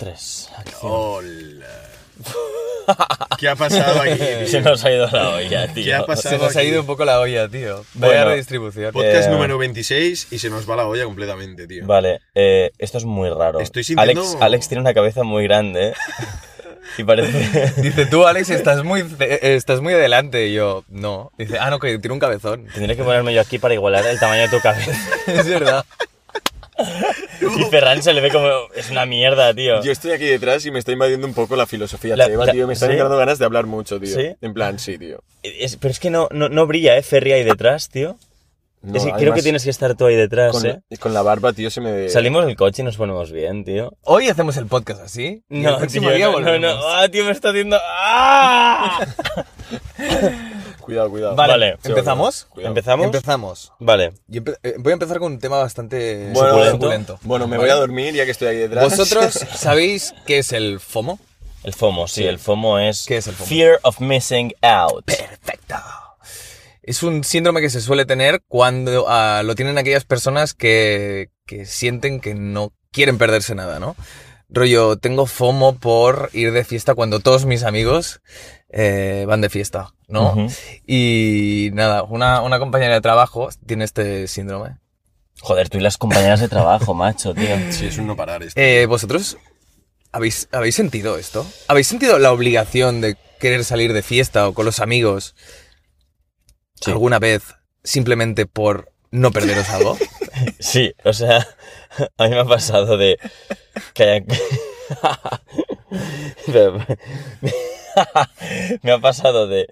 3. Acción. Hola. ¿Qué ha pasado aquí? Se nos ha ido la olla, tío. ¿Qué ha pasado Se nos ha aquí? ido un poco la olla, tío. Vaya Bueno. redistribución. Podcast Eh, número 26 y se nos va la olla completamente, tío. Vale, eh, esto es muy raro. Estoy sintiendo- Alex, Alex tiene una cabeza muy grande y parece... Dice, tú, Alex, estás muy, ce- eh, estás muy adelante. Y yo, no. Dice, ah, no, que tiene un cabezón. Tendré que ponerme yo aquí para igualar el tamaño de tu cabeza. es verdad. Y Ferran se le ve como... Es una mierda, tío. Yo estoy aquí detrás y me está invadiendo un poco la filosofía La- cheva, la- tío. Me están ¿sí? dando ganas de hablar mucho, tío. ¿Sí? En plan, sí, tío. Es- pero es que no, no, no brilla, ¿eh? Ferry ahí detrás, tío. No, Es que creo además, que tienes que estar tú ahí detrás, Con, ¿eh? la- con la barba, tío, se me... Salimos del coche y nos ponemos bien, tío. Hoy hacemos el podcast así. y el No, próximo tío, día no, no, volvemos. no. Ah, tío, me está haciendo... ¡Ah! Cuidado, cuidado. Vale. ¿Empezamos? Cuidado. ¿Empezamos? Empezamos. Vale. Yo empe- eh, voy a empezar con un tema bastante Bueno, suculento. suculento. Bueno, me ¿Vale? voy a dormir ya que estoy ahí detrás. ¿Vosotros sabéis qué es el FOMO? El FOMO, sí, el FOMO es... ¿Qué es el FOMO? Fear of missing out. Perfecto. Es un síndrome que se suele tener cuando ah, lo tienen aquellas personas que, que sienten que no quieren perderse nada, ¿no? Rollo, tengo FOMO por ir de fiesta cuando todos mis amigos eh, van de fiesta, ¿no? Ujú. Y nada, una, una compañera de trabajo tiene este síndrome. Joder, tú y las compañeras de trabajo, macho, tío. Sí, es un no parar esto. Eh, ¿Vosotros habéis, habéis sentido esto? ¿Habéis sentido la obligación de querer salir de fiesta o con los amigos Sí. alguna vez simplemente por no perderos algo? Sí, o sea, a mí me ha pasado de que haya... Pero- me ha pasado de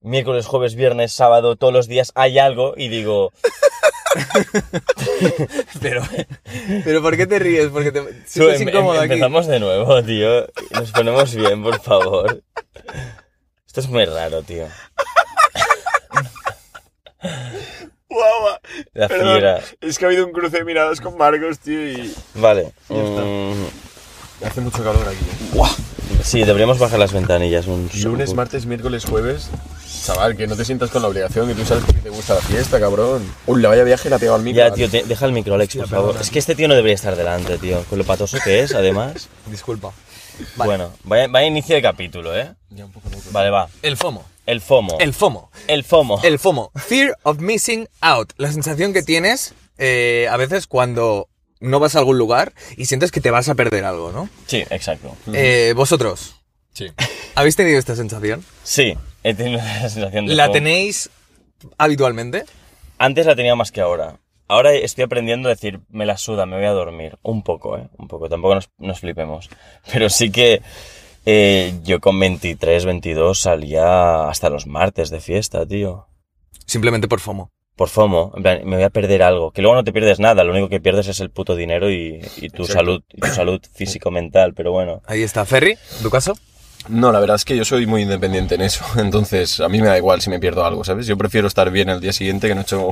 miércoles, jueves, viernes, sábado, todos los días hay algo y digo, pero, pero ¿por qué te ríes? Porque te "Tú, sientes em- em- incómodo aquí. empezamos de nuevo, tío, y nos ponemos bien, por favor. Esto es muy raro, tío. Guau, guau. La Perdón, fiera. Es que ha habido un cruce de miradas con Marcos, tío, y... Vale. está. mm, Hace mucho calor ¿eh? aquí. sí, deberíamos bajar las ventanillas un Lunes, un- martes, miércoles, jueves... Chaval, que no te sientas con la obligación, que tú sabes que te gusta la fiesta, cabrón. Uy, la vaya viaje la pega al micro. Ya, tío, te- deja el micro, Alex, por favor. perdona. Es que este tío no debería estar delante, tío. Con lo patoso que es, además. Disculpa. Bueno, vaya, vaya inicio de capítulo, ¿eh? Ya, un poco loco. Vale, va. El FOMO. El FOMO. El FOMO. El FOMO. El FOMO. Fear of missing out. La sensación que tienes eh, a veces cuando no vas a algún lugar y sientes que te vas a perder algo, ¿no? Sí, exacto. Eh, vosotros, Sí. ¿habéis tenido esta sensación? Sí, he tenido la sensación de ¿La FOMO. tenéis habitualmente? Antes la tenía más que ahora. Ahora estoy aprendiendo a decir, me la suda, me voy a dormir. Un poco, ¿eh? Un poco, tampoco nos, nos flipemos. Pero sí que eh, yo con 23, 22 salía hasta los martes de fiesta, tío. Simplemente por FOMO. por FOMO, en plan, me voy a perder algo, que luego no te pierdes nada, lo único que pierdes es el puto dinero y, y tu Exacto. salud, y tu salud físico-mental, pero bueno. Ahí está. Ferry, ¿tu caso? No, la verdad es que yo soy muy independiente en eso, entonces a mí me da igual si me pierdo algo, ¿sabes? Yo prefiero estar bien el día siguiente que no he hecho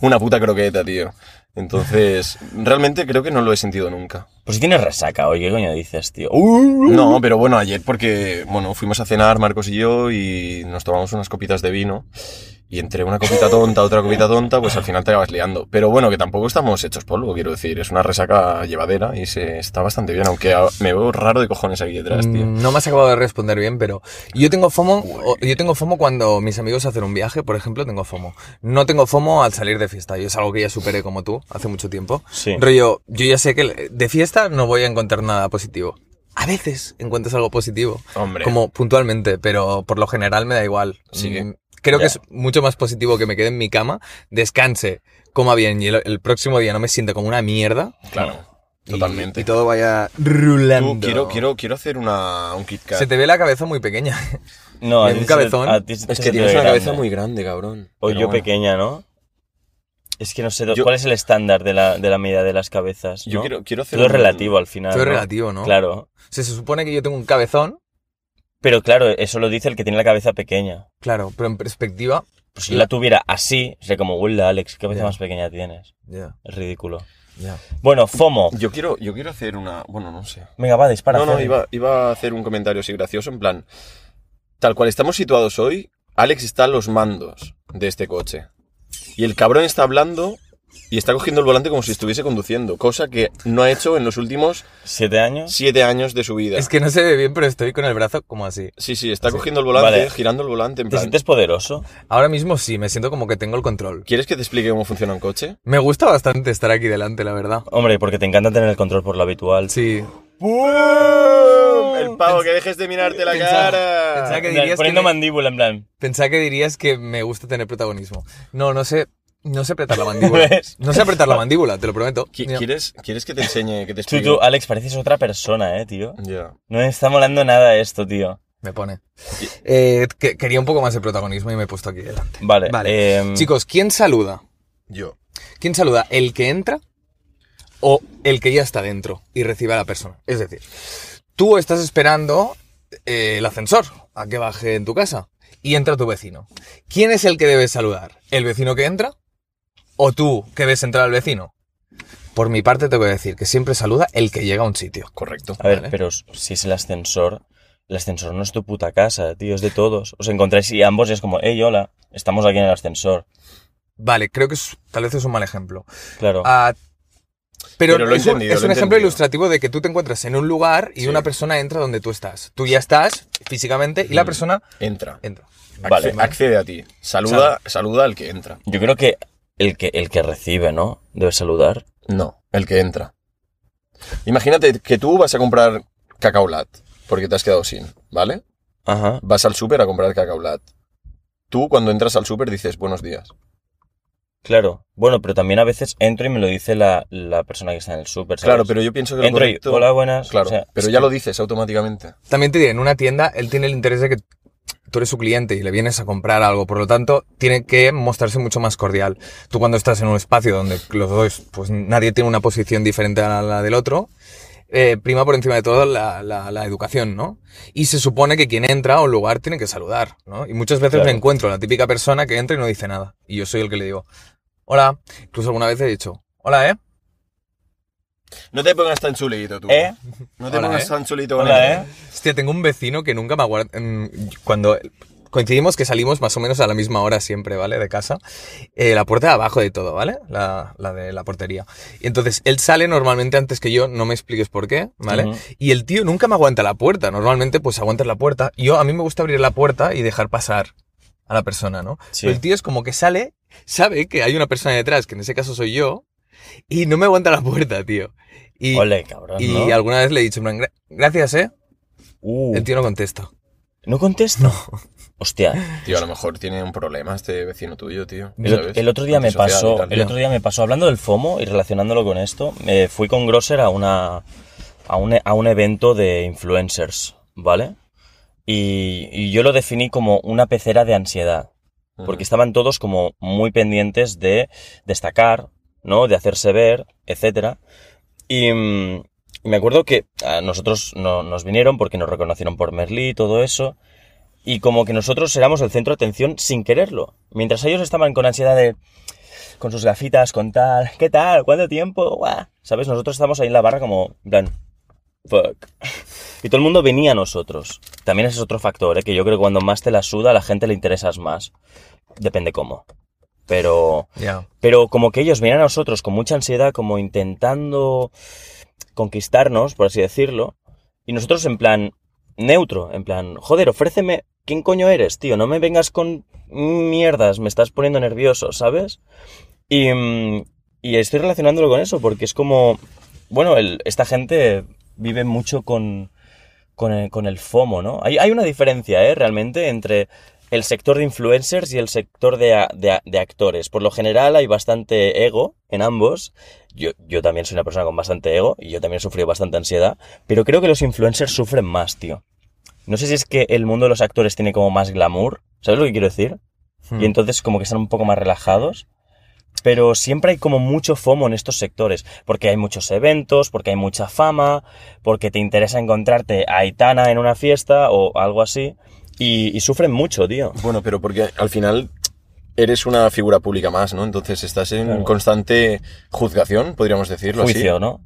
una puta croqueta, tío. Entonces, realmente creo que no lo he sentido nunca. Pues si tienes resaca, oye, ¿qué coño dices, tío? No, pero bueno, ayer porque, bueno, fuimos a cenar Marcos y yo y nos tomamos unas copitas de vino y entre una copita tonta, otra copita tonta, pues al final te acabas liando. Pero bueno, que tampoco estamos hechos polvo, quiero decir, es una resaca llevadera y se está bastante bien, aunque a- me veo raro de cojones aquí detrás, tío. Mm, No me has acabado de responder bien, pero yo tengo FOMO, o- yo tengo FOMO cuando mis amigos hacen un viaje, por ejemplo, tengo FOMO. No tengo FOMO al salir de fiesta, yo es algo que ya superé como tú hace mucho tiempo. Sí. Rollo, yo ya sé que le- de fiesta no voy a encontrar nada positivo. A veces encuentras algo positivo, Hombre. como puntualmente, pero por lo general me da igual. Sí. Mm, Creo que Ya. es mucho más positivo que me quede en mi cama, descanse, coma bien y el, el próximo día no me sienta como una mierda. Claro, y- totalmente. Y, todo vaya rulando. Tú, quiero, quiero, quiero hacer una, un Kit Kat. Se te ve la cabeza muy pequeña. No, a ¿Y ti un se te- cabezón? a ti se Es te que ve tienes una grande. cabeza muy grande, cabrón. O Pero Pues yo bueno. pequeña, ¿no? Es que no sé, Yo- ¿cuál es el estándar de la, de la medida de las cabezas? Yo no? quiero- quiero hacer Todo es un- relativo al final. Todo es ¿no? relativo, ¿no? Claro. O sea, se supone que yo tengo un cabezón, Pero claro, eso lo dice el que tiene la cabeza pequeña. claro, pero en perspectiva. Pues si yo la tuviera así, sería como, huela, Alex, ¿qué cabeza Ya. más pequeña tienes? Ya, Es ridículo. ya. Bueno, FOMO. Yo quiero, yo quiero hacer una... Bueno, no sé. Venga, va, dispara. no, no, Ferri. iba, iba a hacer un comentario así gracioso, en plan... Tal cual estamos situados hoy, Alex está a los mandos de este coche. Y el cabrón está hablando y está cogiendo el volante como si estuviese conduciendo, cosa que no ha hecho en los últimos ¿Siete años? siete años de su vida. Es que no se ve bien, pero estoy con el brazo como así. Sí, sí, está cogiendo el volante, Vale. girando el volante en ¿Te plan. sientes poderoso? Ahora mismo sí, me siento como que tengo el control. ¿Quieres que te explique cómo funciona un coche? Me gusta bastante estar aquí delante, la verdad. Hombre, porque te encanta tener el control por lo habitual. Sí. Mm, El pavo, que dejes de mirarte la Pensaba- cara. pensaba que En plan, dirías Poniendo que me- mandíbula, en plan. Pensaba que dirías que me gusta tener protagonismo. No, no sé. No sé apretar la mandíbula. No sé apretar la mandíbula, te lo prometo. Qui- No. ¿Quieres, ¿Quieres que te enseñe, que te Tú, explique? tú, ah. Alex, pareces otra persona, eh, tío. Ya. No me está molando nada esto, tío. Me pone. Eh, que- quería un poco más de protagonismo y me he puesto aquí delante. Vale. Vale. em, Chicos, ¿quién saluda? Yo. ¿Quién saluda? ¿El que entra o el que ya está dentro y recibe a la persona? Es decir, tú estás esperando eh, el ascensor a que baje en tu casa y entra tu vecino. ¿Quién es el que debes saludar? ¿El vecino que entra o tú que ves entrar al vecino? Por mi parte tengo que decir que siempre saluda el que llega a un sitio. Correcto. A ver, Vale. pero si es el ascensor, el ascensor no es tu puta casa, tío, es de todos. Os encontráis y ambos y es como, hey, hola, estamos aquí en el ascensor. Vale, creo que es- tal vez es un mal ejemplo. Claro. Ah, pero Pero lo he es, un- entendido, es lo un he ejemplo entendido. ilustrativo de que tú te encuentras en un lugar y Sí. una persona entra donde tú estás. Tú ya estás físicamente Mm. y la persona Entra. entra. Vale. Acce- Accede a ti. Saluda, saluda al que entra. Yo creo que el que, el que recibe, ¿no? Debe saludar. No, el que entra. Imagínate que tú vas a comprar cacaolat porque te has quedado sin, ¿vale? Ajá. Vas al súper a comprar cacaolat. Tú cuando entras al súper dices buenos días. Claro. Bueno, pero también a veces entro y me lo dice la, la persona que está en el súper. ¿sabes? Claro, pero yo pienso que lo Entro y, correcto- hola, buenas. Claro, o sea, pero ya lo dices automáticamente. También te diré, en una tienda él tiene el interés de que tú eres su cliente y le vienes a comprar algo, por lo tanto tiene que mostrarse mucho más cordial. Tú cuando estás en un espacio donde los dos, pues nadie tiene una posición diferente a la del otro, eh, prima por encima de todo la, la- la educación, ¿no? Y se supone que quien entra a un lugar tiene que saludar, ¿no? Y muchas veces Claro. me encuentro a la típica persona que entra y no dice nada. Y yo soy el que le digo, hola, incluso alguna vez he dicho, hola, ¿eh? No te pongas tan chulito tú. ¿Eh? No te Hola, pongas ¿eh? tan chulito. Hola, ¿eh? Hostia, tengo un vecino que nunca me aguarda. Cuando coincidimos que salimos más o menos a la misma hora siempre, ¿vale? De casa. Eh, la puerta de abajo de todo, ¿vale? La, la de la portería. Y entonces él sale normalmente antes que yo, no me expliques por qué, ¿vale? Ujú. Y el tío nunca me aguanta la puerta. Normalmente, pues aguantas la puerta. Yo, a mí me gusta abrir la puerta y dejar pasar a la persona, ¿no? Sí. Pero el tío es como que sale, sabe que hay una persona detrás, que en ese caso soy yo, y no me aguanta la puerta, tío. Y, Ole, cabrón. y ¿no? alguna vez le he dicho, en plan, "Gra- gracias, ¿eh? Uh, Mm. El tío no contesta. ¿No contesta? Hostia, Tío, a lo mejor tiene un problema este vecino tuyo, tío. el, ot- ¿sabes? el otro día me Antisocial y pasó, tal. el otro día me pasó, hablando del FOMO y relacionándolo con esto, me fui con Grosser a una, a un, e- a un evento de influencers, ¿vale? Y, y yo lo definí como una pecera de ansiedad, Ujú. porque estaban todos como muy pendientes de destacar, ¿no? De hacerse ver, etcétera. Y mm, me acuerdo que a nosotros no- nos vinieron porque nos reconocieron por Merlí y todo eso. Y como que nosotros éramos el centro de atención sin quererlo. Mientras ellos estaban con ansiedad de... Con sus gafitas, con tal... ¿Qué tal? ¿Cuánto tiempo? Guau. ¿Sabes? Nosotros estábamos ahí en la barra como... En plan... Fuck. Y todo el mundo venía a nosotros. También ese es otro factor, ¿eh? que yo creo que cuando más te la suda, a la gente le interesas más. Depende cómo. Pero... Ya. Pero como que ellos venían a nosotros con mucha ansiedad, como intentando conquistarnos, por así decirlo, y nosotros en plan neutro, en plan, joder, ofréceme, ¿quién coño eres, tío? No me vengas con mierdas, me estás poniendo nervioso, ¿sabes? Y, mm, y estoy relacionándolo con eso, porque es como, bueno, el- esta gente vive mucho con, con, el, con el FOMO, ¿no? Hay, hay una diferencia, ¿eh? Realmente entre el sector de influencers y el sector de, a- de a- de actores. Por lo general hay bastante ego en ambos. Yo, yo también soy una persona con bastante ego y yo también he sufrido bastante ansiedad, pero creo que los influencers sufren más, tío. No sé si es que el mundo de los actores tiene como más glamour, ¿sabes lo que quiero decir? Mm. y entonces como que están un poco más relajados. Pero siempre hay como mucho FOMO en estos sectores, porque hay muchos eventos, porque hay mucha fama, porque te interesa encontrarte a Aitana en una fiesta o algo así, y, y sufren mucho, tío. Bueno, pero porque al final eres una figura pública más, ¿no? Entonces estás en Claro. constante juzgación, podríamos decirlo así. Juicio, ¿no?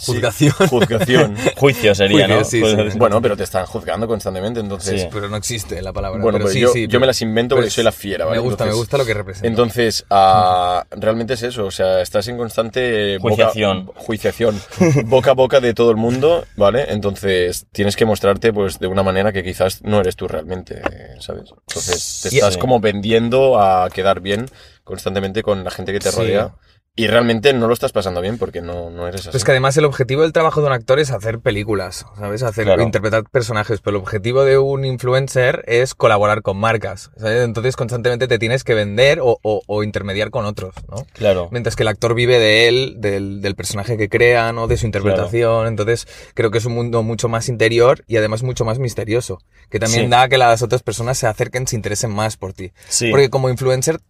Juzgación. Juzgación. Juicio sería, Juicio, ¿no? sí, Juicio. sí. bueno, pero te están juzgando constantemente, entonces... Sí. Pero no existe la palabra. Bueno, pero pero sí, yo- sí, yo pero- me las invento pero porque soy la fiera, ¿vale? Me gusta, me Entonces- gusta lo que representa. Entonces, ah, realmente es eso, o sea, estás en constante boca- Juiciación. juiciación, boca a boca de todo el mundo, ¿vale? Entonces, tienes que mostrarte pues de una manera que quizás no eres tú realmente, ¿sabes? Entonces, te Sí. estás como vendiendo a quedar bien constantemente con la gente que te Sí. rodea y realmente no lo estás pasando bien porque no, no eres así. Pues que además el objetivo del trabajo de un actor es hacer películas, ¿sabes? Hacer, Claro. interpretar personajes, pero el objetivo de un influencer es colaborar con marcas, ¿sabes? Entonces constantemente te tienes que vender o, o- o intermediar con otros, ¿no? Claro. Mientras que el actor vive de él, del, del personaje que crea, ¿no? De su interpretación, entonces creo que es un mundo mucho más interior y además mucho más misterioso, que también Sí. da que las otras personas se acerquen, se interesen más por ti. Sí, Porque como influencer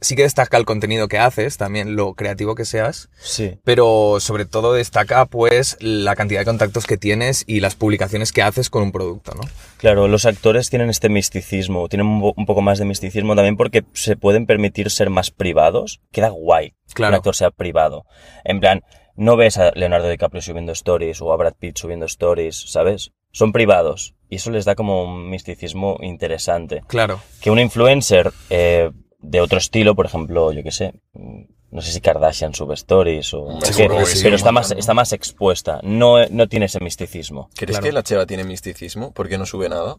sí que destaca el contenido que haces, también lo creativo que seas, sí. pero sobre todo destaca pues la cantidad de contactos que tienes y las publicaciones que haces con un producto, ¿no? Claro, los actores tienen este misticismo, tienen un, bo- un poco más de misticismo también porque se pueden permitir ser más privados. Queda guay que un Claro. actor sea privado. En plan, no ves a Leonardo DiCaprio subiendo stories o a Brad Pitt subiendo stories, ¿sabes? Son privados. Y eso les da como un misticismo interesante. Claro. Que un influencer eh, de otro estilo, por ejemplo, yo qué sé, mm, no sé si Kardashian sube stories o... Hombre, es que- seguro que sí, pero un está montón, más, ¿no? está más expuesta. No, no tiene ese misticismo. ¿Crees Claro. que la cheva tiene misticismo? ¿Por qué no sube nada?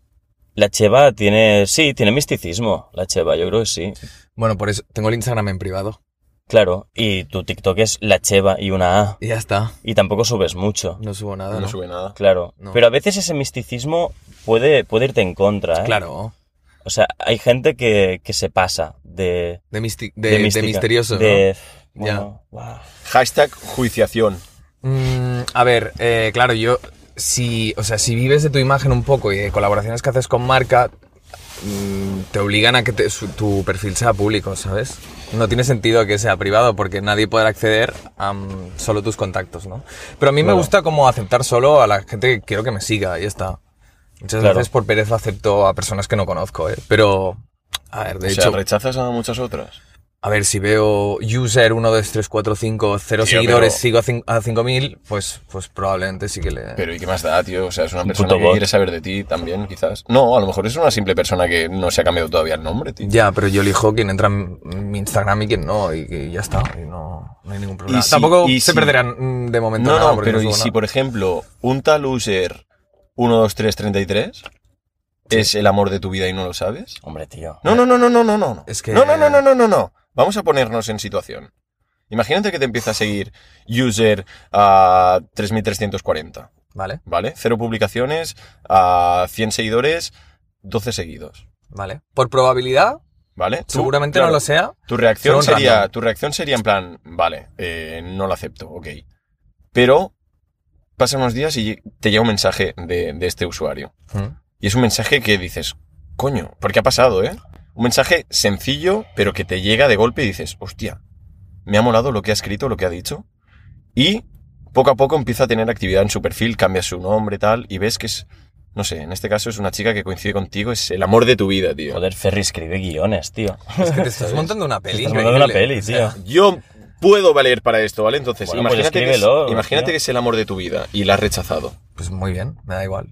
La Cheva tiene, sí, tiene misticismo. La Cheva, yo creo que sí. Bueno, por eso tengo el Instagram en privado. Claro, y tu TikTok es la Cheva y una A. Y ya está. Y tampoco subes mucho. No subo nada. No, Ah, ¿no? sube nada. Claro. No. Pero a veces ese misticismo puede, puede irte en contra, ¿eh? Claro. O sea, hay gente que, que se pasa de. De, misti- De, de, de mística, misterioso. De. Ya. bueno, guau. Hashtag juiciación. ¿no? Mm, a ver, eh, claro, yo si, o sea, si vives de tu imagen un poco y de colaboraciones que haces con marca, mm, te obligan a que te- su- tu perfil sea público, ¿sabes? No tiene sentido que sea privado porque nadie podrá acceder a mm, solo tus contactos, ¿no? Pero a mí me gusta como aceptar solo a la gente que quiero que me siga, y ya está. Muchas Claro. veces por pereza acepto a personas que no conozco, ¿eh? Pero, a ver, de o sea, hecho, rechazas a muchas otras. a ver, si veo user 1, 2, 3, 4, 5, 0 Tío, seguidores, pero- sigo a cin- a 5000, pues, pues probablemente sí que le... Pero ¿y qué más da, tío? O sea, es una Un persona puto que bot. quiere saber de ti también, quizás. No, a lo mejor es una simple persona que no se ha cambiado todavía el nombre, tío. Ya, pero yo elijo quién entra en mi Instagram y quién no, y, que ya está, y no, no hay ningún problema. Y si- Tampoco y se si- perderán mm, de momento No, nada. no, porque pero subo ¿y nada. si, por ejemplo, un tal user 12333 es el amor de tu vida y no lo sabes? Hombre, tío. No, no, no, no, no, no, no. no. Es que- No, no, no, no, no, no, no. Vamos a ponernos en situación. Imagínate que te empieza a seguir user a 3340, Vale, ¿vale? Cero publicaciones, a 100 seguidores, 12 seguidos, vale. Por probabilidad, ¿vale? Tú, seguramente claro, no lo sea. Tu reacción, Fueron sería, random. tu reacción sería en plan, vale, eh, no lo acepto, ok. Pero pasan unos días y te llega un mensaje de, de este usuario. Mm. Y es un mensaje que dices, coño, porque ha pasado, ¿eh? Un mensaje sencillo, pero que te llega de golpe y dices, hostia, me ha molado lo que ha escrito, lo que ha dicho. Y poco a poco empieza a tener actividad en su perfil, cambia su nombre, tal, y ves que es, no sé, en este caso es una chica que coincide contigo, es el amor de tu vida, tío. Joder, Ferry escribe guiones, tío. Es que te estás montando una peli. Estás mandando una increíble. peli, tío. Yo puedo valer para esto, ¿vale? Entonces, Bueno, pues imagínate, que escríbelo, es, imagínate tío. que es el amor de tu vida y la has rechazado. Pues muy bien, me da igual.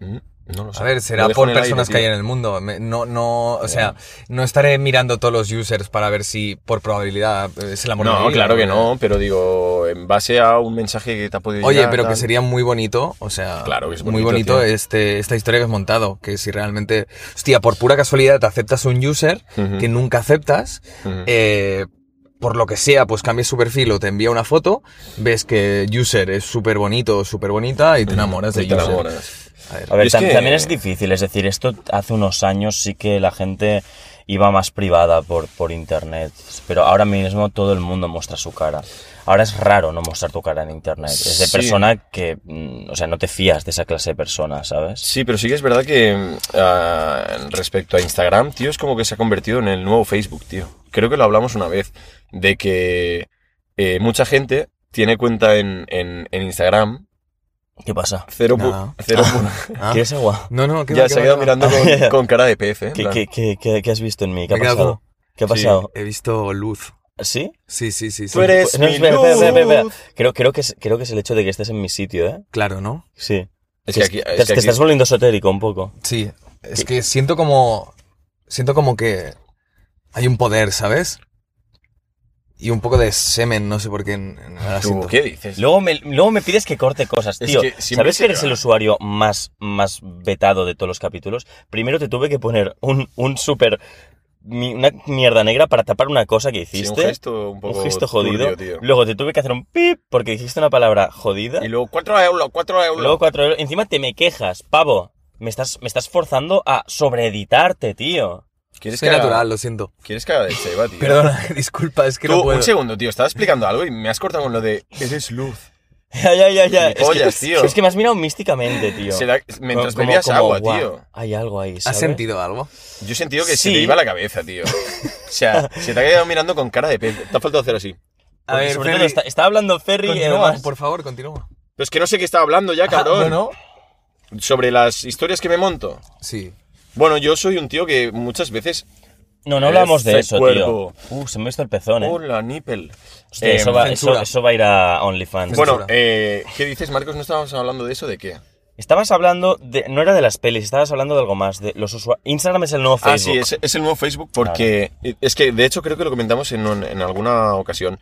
Mm, No lo sé. Pues A ver, será Lo dejo en por el aire, personas que hay tío. en el mundo. Me- No, no, o sea, no estaré mirando todos los users para ver si por probabilidad eh, es el amor de mi No, vida, claro que no, pero digo, en base a un mensaje que te ha podido Oye, llegar, pero que tal. sería muy bonito, o sea, Claro que es muy bonito, bonito tío. este, esta historia que has montado, que si realmente, hostia, por pura casualidad te aceptas un user Ujú. que nunca aceptas, Ujú. eh, por lo que sea, pues cambias su perfil o te envía una foto, ves que user es súper bonito, súper bonita y te enamoras de Y pues te user. enamoras. A ver, A ver, Es tam- que- también es difícil, es decir, esto hace unos años sí que la gente iba más privada por, por internet, pero ahora mismo todo el mundo muestra su cara. Ahora es raro no mostrar tu cara en internet, es de Sí. persona que, mm, o sea, no te fías de esa clase de persona, ¿sabes? Sí, pero sí que es verdad que mm, ah, respecto a Instagram, tío, es como que se ha convertido en el nuevo Facebook, tío. Creo que lo hablamos una vez, de que eh, mucha gente tiene cuenta en, en- en Instagram, ¿Qué pasa? cero, pu- Nada. cero pu- ah, ¿Quieres agua? No, no, ¿qué va, ya qué se ha va, quedado qué va? mirando con, con cara de pez, ¿eh? En ¿Qué, plan, qué, qué, qué- qué has visto en mí? ¿Qué ha Me he quedado pasado? ¿Qué ha Sí. pasado? He visto luz. ¿Sí? Sí, sí, sí. sí. Tú eres No, mi espera, espera, espera, espera, espera. luz. Creo, creo, que es, creo que es el hecho de que estés en mi sitio, ¿eh? Claro, ¿no? Sí. Es que aquí- te, es que te aquí- estás volviendo esotérico un poco. Sí. Es que siento como. Siento como que hay un poder, ¿sabes? Y un poco de semen, no sé por qué. En, en el ¿Tú asiento. qué dices? Luego me, luego me pides que corte cosas, Es tío. que siempre ¿Sabes se que eres va. el usuario más, más vetado de todos los capítulos? Primero te tuve que poner un, un súper... mi- Una mierda negra para tapar una cosa que Sí, hiciste. un gesto un un poco gesto turbio, jodido. tío. Luego te tuve que hacer un pip porque dijiste una palabra jodida. Y luego, 4 euros, 4 euros. Luego cuatro euros. Encima te me quejas, pavo. Me estás, me estás forzando a sobreeditarte, tío. ¿Quieres Soy que haga- natural, lo siento. ¿Quieres que haga de Seba, tío? Perdona, disculpa, es que Tú, no puedo. un segundo, tío. Estaba explicando algo y me has cortado con lo de eres luz. ya, ya, ya, ya. Es que- Gilipollas, es, tío. es que me has mirado místicamente, tío. Será- mientras Como- bebías como, agua, guau, tío. Hay algo ahí, ¿Has ¿sabes? sentido algo? Yo he sentido que se Sí. te iba la cabeza, tío. O sea, se te ha quedado mirando con cara de pez. Te ha faltado hacer así. A Porque ver, sobre todo Ferri, está, está hablando Ferry y continúa, además- por favor, continúa. Pero es que no sé qué estaba hablando ya, Ah, cabrón. bueno, Sobre las historias que me monto. sí. Bueno, yo soy un tío que muchas veces. No, no hablamos de Ese eso, cuerpo. tío. Uh, se me ha visto el pezón, eh. Hola, nipple. Hostia, Eh, eso, va, eso, censura. eso va a ir a OnlyFans. Bueno, Censura. eh, ¿qué dices, Marcos? ¿No estábamos hablando de eso? ¿De qué? Estabas hablando de. No era de las pelis, estabas hablando de algo más. De los usuarios. Instagram es el nuevo Ah, Facebook. sí, es, es el nuevo Facebook porque es que, de hecho, creo que lo comentamos en, un- en alguna ocasión.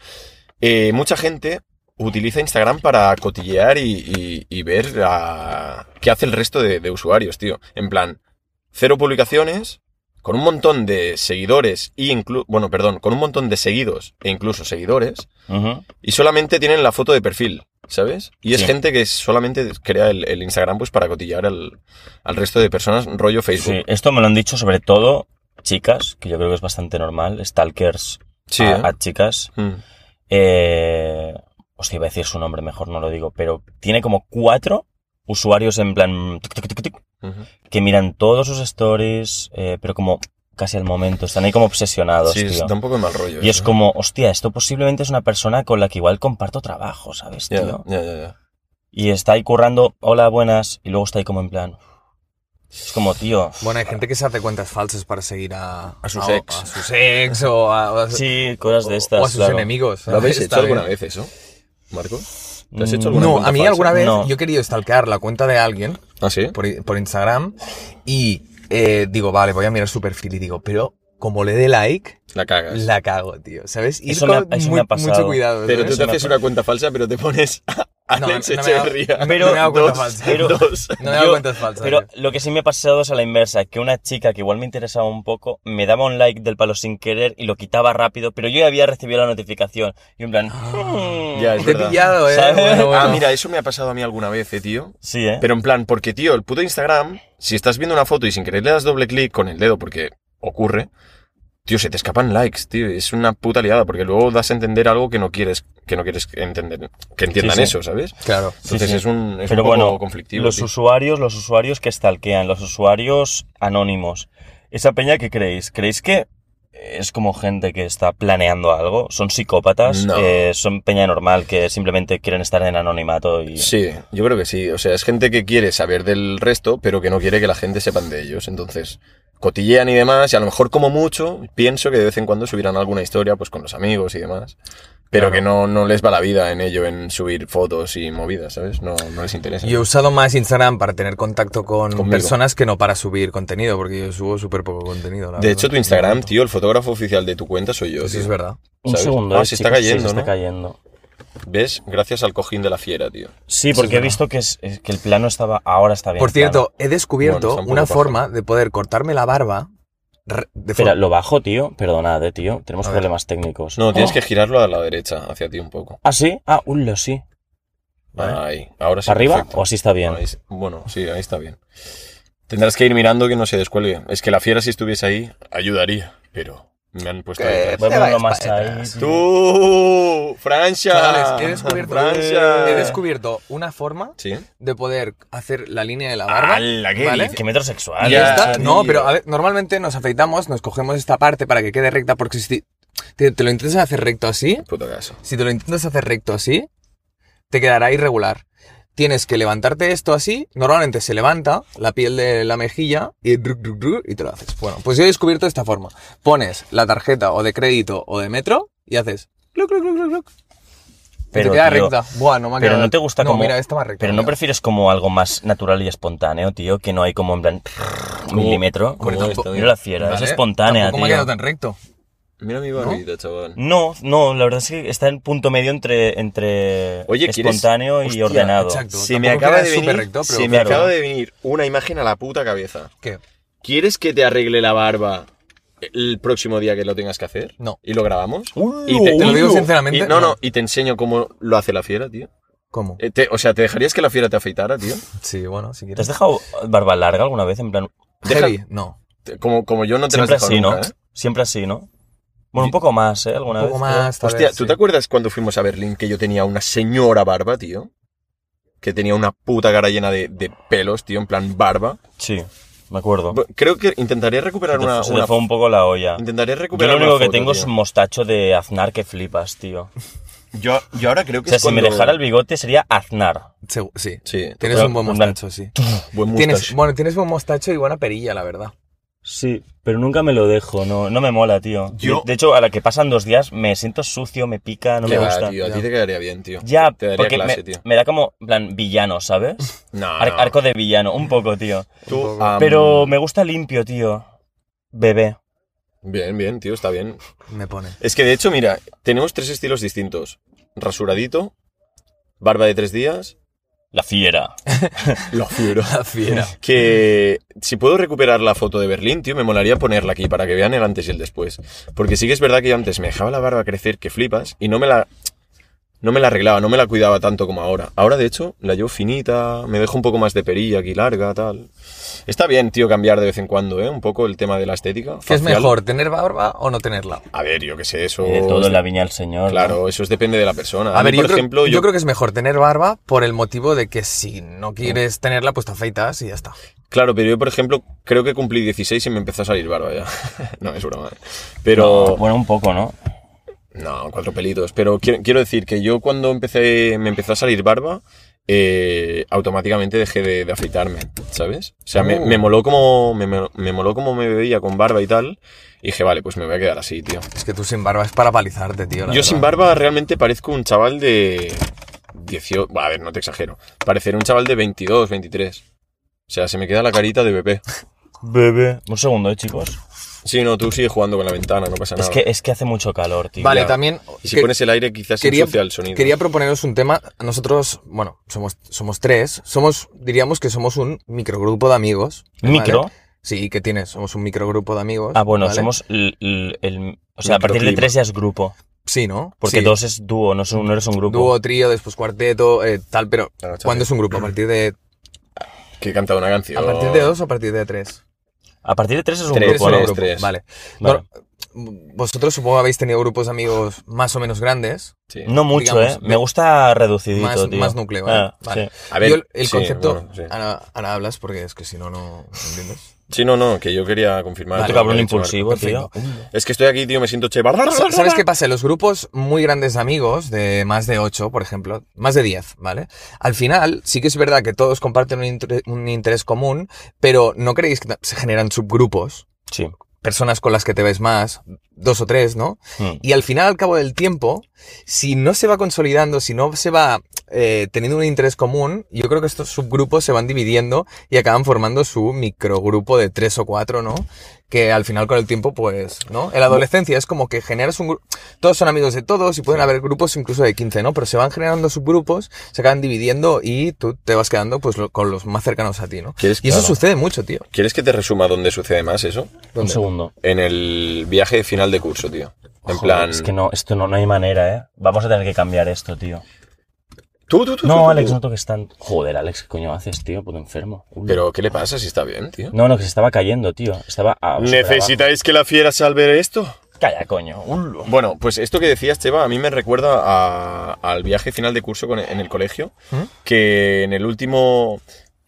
Eh, mucha gente utiliza Instagram para cotillear y, y- y ver la- qué hace el resto de, de usuarios, tío. En plan, cero publicaciones, con un montón de seguidores y inclu- bueno, perdón, con un montón de seguidos e incluso seguidores Ujú. y solamente tienen la foto de perfil. ¿Sabes? Y es Sí. gente que solamente crea el, el Instagram pues para cotillear al, al resto de personas, rollo Facebook. Sí, esto me lo han dicho sobre todo chicas, que yo creo que es bastante normal, stalkers Sí, a, ¿eh? a chicas. Mm. Eh, hostia, iba a decir su nombre, mejor no lo digo, pero tiene como cuatro usuarios en plan tic, tic, tic, tic, Ujú. que miran todos sus stories, eh, pero como casi al momento, están ahí como obsesionados, Sí, tío. está un poco de mal rollo. Y es eso. ¿eh? como, hostia, esto posiblemente es una persona con la que igual comparto trabajo, ¿sabes, Ya, tío? ya, ya, ya. Y está ahí currando, hola, buenas, y luego está ahí como en plan... Es como, tío... Bueno, hay gente que se hace cuentas falsas para seguir a, A sus ex. A sus ex o a, o a- Sí, cosas de o- estas. o a sus claro. enemigos. ¿Lo habéis hecho Está alguna bien. vez eso, Marco? ¿Te has Mm, hecho alguna No, cuenta a mí falsa? alguna vez No. yo he querido stalkear la cuenta de alguien ¿Ah, sí? por, i- por Instagram y eh, digo, vale, voy a mirar su perfil y digo, pero como le dé like, La cagas. la cago, tío, ¿sabes? Ir Eso me ha- con eso me mu- ha pasado. mucho cuidado, Pero ¿sabes? tú te me haces ha- una cuenta falsa, pero te pones No, Alex no me he dado- Echeverría. no me he dado cuenta Dos, falsa. Pero- dos. No me he dado Yo- cuentas falsas. Pero tío. lo que sí me ha pasado es a la inversa, que una chica que igual me interesaba un poco, me daba un like del palo sin querer y lo quitaba rápido, pero yo ya había recibido la notificación. Y en plan... "Hmm". Ah, Ya, es Te he verdad. pillado, eh. ¿Sabes? Bueno, bueno. Ah, mira, eso me ha pasado a mí alguna vez, eh, tío. Sí, ¿eh? Pero en plan, porque, tío, el puto Instagram, si estás viendo una foto y sin querer le das doble clic con el dedo, porque ocurre, tío, se te escapan likes, tío. Es una puta liada, porque luego das a entender algo que no quieres que no quieres entender, que entiendan sí. eso, ¿sabes? Claro. Entonces sí. es un, es Pero un poco bueno, conflictivo. los tío. usuarios, los usuarios que stalkean, los usuarios anónimos. Esa peña que creéis, ¿creéis que es como gente que está planeando algo? ¿Son psicópatas? No. Eh, ¿Son peña normal que simplemente quieren estar en anonimato y... Sí, yo creo que sí. O sea, es gente que quiere saber del resto, pero que no quiere que la gente sepan de ellos. Entonces, cotillean y demás, y a lo mejor como mucho, pienso que de vez en cuando subirán alguna historia, pues con los amigos y demás. Pero Claro. que no, no les va la vida en ello, en subir fotos y movidas, ¿sabes? No, no les interesa. Yo he usado más Instagram para tener contacto con Conmigo. personas que no para subir contenido, porque yo subo súper poco contenido. la de verdad. hecho, tu Instagram, tío, el fotógrafo oficial de tu cuenta soy yo. Eso tío. es verdad. Un ¿Sabes? segundo, Ah, eh, se está chicos, sí, cayendo, se está ¿no? cayendo. ¿Ves? Gracias al cojín de la fiera, tío. Sí, porque he visto que, es- es que el plano estaba. Ahora está bien. Por plano. cierto, he descubierto Bueno, está un poco una paja. forma de poder cortarme la barba re- de Espera, forma... lo bajo, tío. Perdonad, eh, tío. Tenemos A ver. problemas técnicos. No, tienes Oh. que girarlo a la derecha, hacia ti un poco. ¿Ah, sí? Ah, lo sí. Vale. Ahí, ahora sí. ¿Para arriba perfecto. o así está bien? Ahí es- bueno, sí, ahí está bien. Tendrás que ir mirando que no se descuelgue. Es que la fiera, si estuviese ahí, ayudaría, pero me han puesto. Eh, detrás. Voy a te ponerlo vayas más pa' ahí. detrás. tío. ¡Tú! ¡Francia! Chavales, he descubierto, ¡Francia! he descubierto una forma ¿Sí? de poder hacer la línea de la barba. Ah, ¡Hala, qué ¿vale? dices! ¡Qué metrosexual! Ya eh, está. tío. No, tío. pero a ver, normalmente nos afeitamos, nos cogemos esta parte para que quede recta, porque si te, te lo intentas hacer recto así, Puto caso. si te lo intentas hacer recto así, te quedará irregular. Tienes que levantarte esto así, normalmente se levanta la piel de la mejilla y, druc, druc, druc, y te lo haces. Bueno, pues yo he descubierto esta forma. Pones la tarjeta o de crédito o de metro y haces. cluc, cluc, cluc, cluc, cluc, y Pero, te queda tío, recta. Buah, no me ha Pero quedado- no te gusta no, como. mira, esta más recta. Pero no mira. prefieres como algo más natural y espontáneo, tío, que no hay como en plan. milímetro. como Como esto, Mira la fiera, Vale, es espontánea, tampoco me ha tío. quedado tan recto. Mira mi barbita, chaval. Mm, No, no, la verdad es que está en punto medio entre, entre Oye, ¿quieres- espontáneo y Hostia, ordenado. exacto. Se me Tampoco acaba queda de súper venir, recto, pero se me claro. acaba de venir una imagen a la puta cabeza. ¿Qué? ¿Quieres que te arregle la barba el próximo día que lo tengas que hacer? No. ¿Y lo grabamos? Y te- Uh, Te lo digo y- sinceramente, y- no, no. no, y te enseño cómo lo hace la fiera, tío. ¿Cómo? Eh, te- o sea, ¿te dejarías que la fiera te afeitara, tío? Sí, bueno, ¿Te has si quieres. dejado barba larga alguna vez? En plan, Heavy, no. Te- Como, como yo no te lo has siempre dejado así, ¿no? nunca, ¿eh? Siempre así, ¿no? Bueno, un poco más, ¿eh? Alguna Un poco vez. más. tal Hostia, vez, ¿tú sí. te acuerdas cuando fuimos a Berlín que yo tenía una señora barba, tío? Que tenía una puta cara llena de, de pelos, tío, en plan barba. Sí, me acuerdo. Bu- Creo que intentaría recuperar Se te- una... se una- te fue un poco la olla. Intentaré Yo recuperar lo único una que foto, tengo tío. es un mostacho de Aznar que flipas, tío. Yo, yo ahora creo O que sea, es si me cuando- dejara el bigote sería Aznar. Segu- Sí. Sí, Tienes Pero- un buen en plan- mostacho, sí. buen Tienes, mustache. bueno, tienes buen mostacho y buena perilla, la verdad. Sí, pero nunca me lo dejo, no, no me mola, tío. Yo- De, de hecho, a la que pasan dos días me siento sucio, me pica, no me Ya, gusta. tío, a ti Ya. te quedaría bien, tío. Ya, Te daría porque clase, me, tío. me da como, en plan, villano, ¿sabes? No, Ar- no. arco de villano, un poco, tío. Tú, poco. am, Pero me gusta limpio, tío. Bebé. Bien, bien, tío, está bien. Me pone. Es que de hecho, mira, tenemos tres estilos distintos. Rasuradito, barba de tres días, La fiera. la fiera. La fiera. Que si puedo recuperar la foto de Berlín, tío, me molaría ponerla aquí para que vean el antes y el después. Porque sí que es verdad que yo antes me dejaba la barba crecer que flipas y no me la. No me la arreglaba, no me la cuidaba tanto como ahora. Ahora, de hecho, la llevo finita, me dejo un poco más de perilla aquí larga, tal. Está bien, tío, cambiar de vez en cuando, ¿eh? Un poco el tema de la estética. ¿Qué es facial. mejor, tener barba o no tenerla? A ver, yo qué sé, eso. De Eh, todo en la viña del señor. ¿no? Oh, Claro, eso es- depende de la persona. A mí, ver, yo, por creo, ejemplo, yo... creo que es mejor tener barba por el motivo de que si no quieres tenerla, pues te afeitas y ya está. Claro, pero yo, por ejemplo, creo que cumplí 16 y me empezó a salir barba ya. no, es broma. ¿eh? Pero. Bueno, un poco, ¿no? No, cuatro pelitos. Pero quiero, quiero decir que yo cuando empecé, me empezó a salir barba, eh, automáticamente dejé de, de afeitarme, ¿sabes? O sea, me, Oh. me moló como me, me- me moló como me veía con barba y tal. Y dije, vale, pues me voy a quedar así, tío. Es que tú sin barba es para palizarte, tío. la yo verdad. sin barba realmente parezco un chaval de 18... Buah, A ver, no te exagero. Pareceré un chaval de 22, 23. O sea, se me queda la carita de bebé. Bebé. Un segundo, ¿eh, chicos? Sí, no, tú sigue jugando con la ventana, no pasa nada. Es que, es que hace mucho calor, tío. Vale, Ya. también. Y si que- pones el aire quizás se quería, ensucia el sonido. quería proponeros un tema. Nosotros, bueno, somos, somos tres. Somos, diríamos que somos un microgrupo de amigos. ¿vale? ¿Micro? Sí, que tienes. Somos un microgrupo de amigos. Ah, bueno, ¿vale? somos l- l- el, O sea, a partir de Microclima. tres ya es grupo. Sí, ¿no? Porque Sí. dos es dúo, no, es un- no eres un grupo. Dúo, trío, después cuarteto, eh, tal, pero Claro, chaval. ¿cuándo es un grupo? ¿A partir de, Que he cantado una canción. ¿a partir de dos o a partir de tres? A partir de tres es un Tres, grupo, es ¿no? un tres, grupo, tres. Vale. Vale. No, vosotros supongo habéis tenido grupos de amigos más o menos grandes. Sí. No mucho, Digamos, ¿eh? Me gusta reducidito, más- tío. más núcleo, ¿eh? Ah, Vale. sí. A ver, Yo el- el sí, concepto... bueno, sí. ahora, ahora hablas porque es que si no, no no entiendes. Sí, no, no, que yo quería confirmar. Tú, lo cabrón que ha dicho impulsivo, tío. perfecto. Marco. Es que estoy aquí, tío, me siento che. Sa- ¿Sabes qué pasa? Los grupos muy grandes de amigos, de más de 8, por ejemplo, más de 10, ¿vale? Al final, sí que es verdad que todos comparten un inter- un interés común, pero ¿no creéis que ta- se generan subgrupos? Sí. personas con las que te ves más, dos o tres, ¿no? Mm. Y al final, al cabo del tiempo, si no se va consolidando, si no se va eh, teniendo un interés común, yo creo que estos subgrupos se van dividiendo y acaban formando su microgrupo de tres o cuatro, ¿no? Que al final con el tiempo, pues, ¿no? En la adolescencia es como que generas un grupo, todos son amigos de todos y pueden haber grupos incluso de 15, ¿no? Pero se van generando subgrupos, se acaban dividiendo y tú te vas quedando pues lo- con los más cercanos a ti, ¿no? ¿Quieres- Y eso claro. sucede mucho, tío. ¿Quieres que te resuma dónde sucede más eso? Un ¿Dónde? segundo. En el viaje de final de curso, tío. En Joder, plan. Es que no, esto no, no hay manera, ¿eh? Vamos a tener que cambiar esto, tío. Tú, tú, tú. tú, No, tú, Alex, tú. no toques tan... Joder, Alex, ¿qué coño haces, tío? Puto enfermo. Uy. Pero, ¿qué le pasa si está bien, tío? No, no, que se estaba cayendo, tío. Estaba... a- ¿Necesitáis que la fiera salve esto? Calla, coño. Ulo. Bueno, pues esto que decías, Cheva, a mí me recuerda a- al viaje final de curso con- e, en el colegio, ¿Mm? que en el último...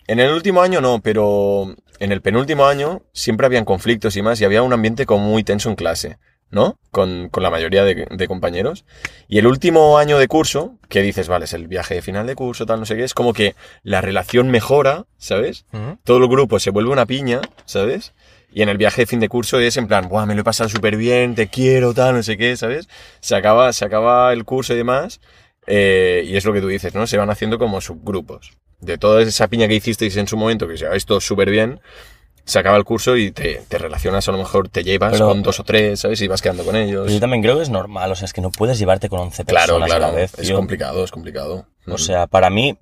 En el último año no, pero en el penúltimo año siempre habían conflictos y más, y había un ambiente como muy tenso en clase, ¿no? Con, con la mayoría de, de compañeros. Y el último año de curso, que dices, vale, es el viaje de final de curso, tal, no sé qué, es como que la relación mejora, ¿sabes? ¿Mm? todo el grupo se vuelve una piña, ¿sabes? Y en el viaje de fin de curso es en plan, Buah, me lo he pasado súper bien, te quiero, tal, no sé qué, ¿sabes? Se acaba, se acaba el curso y demás. eh, y es lo que tú dices, ¿no? Se van haciendo como subgrupos. De toda esa piña que hicisteis en su momento, que se habéis todo súper bien, se acaba el curso y te, te relacionas, a lo mejor te llevas Pero- con dos o tres, ¿sabes? Y vas quedando con ellos. Pero yo también creo que es normal, o sea, es que no puedes llevarte con 11 Claro, personas a claro. la vez. Es Mm. tío. complicado, es complicado. O sea, para mí.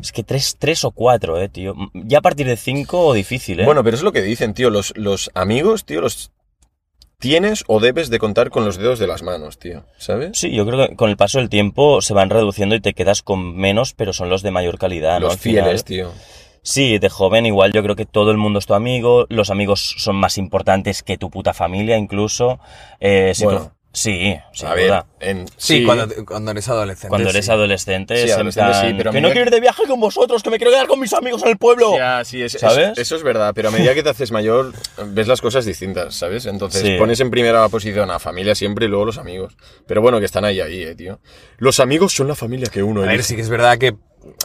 Es que tres, tres o cuatro, eh, tío. Ya a partir de cinco, difícil, eh. Bueno, pero es lo que dicen, tío. Los, los amigos, tío, los tienes o debes de contar con los dedos de las manos, tío. ¿Sabes? Sí, yo creo que con el paso del tiempo se van reduciendo y te quedas con menos, pero son los de mayor calidad, ¿no? los Al final. fieles, tío. Sí, de joven igual yo creo que todo el mundo es tu amigo, los amigos son más importantes que tu puta familia incluso. Eh, si Bueno. tú- Sí, sin a ver, duda. en- Sí, sí, Cuando, te- cuando eres adolescente. Cuando eres sí. adolescente, Sí, es en adolescente sí, plan, pero a que medida no que- quiero ir de viaje con vosotros, que me quiero quedar con mis amigos en el pueblo. Ya, sí, es- es- ¿Sabes? eso es verdad, pero a medida que te haces mayor ves las cosas distintas, ¿sabes? Entonces Sí. pones en primera posición a familia siempre y luego los amigos. Pero bueno, que están ahí, ahí, eh, tío. Los amigos son la familia que uno A ver, elige. sí que es verdad que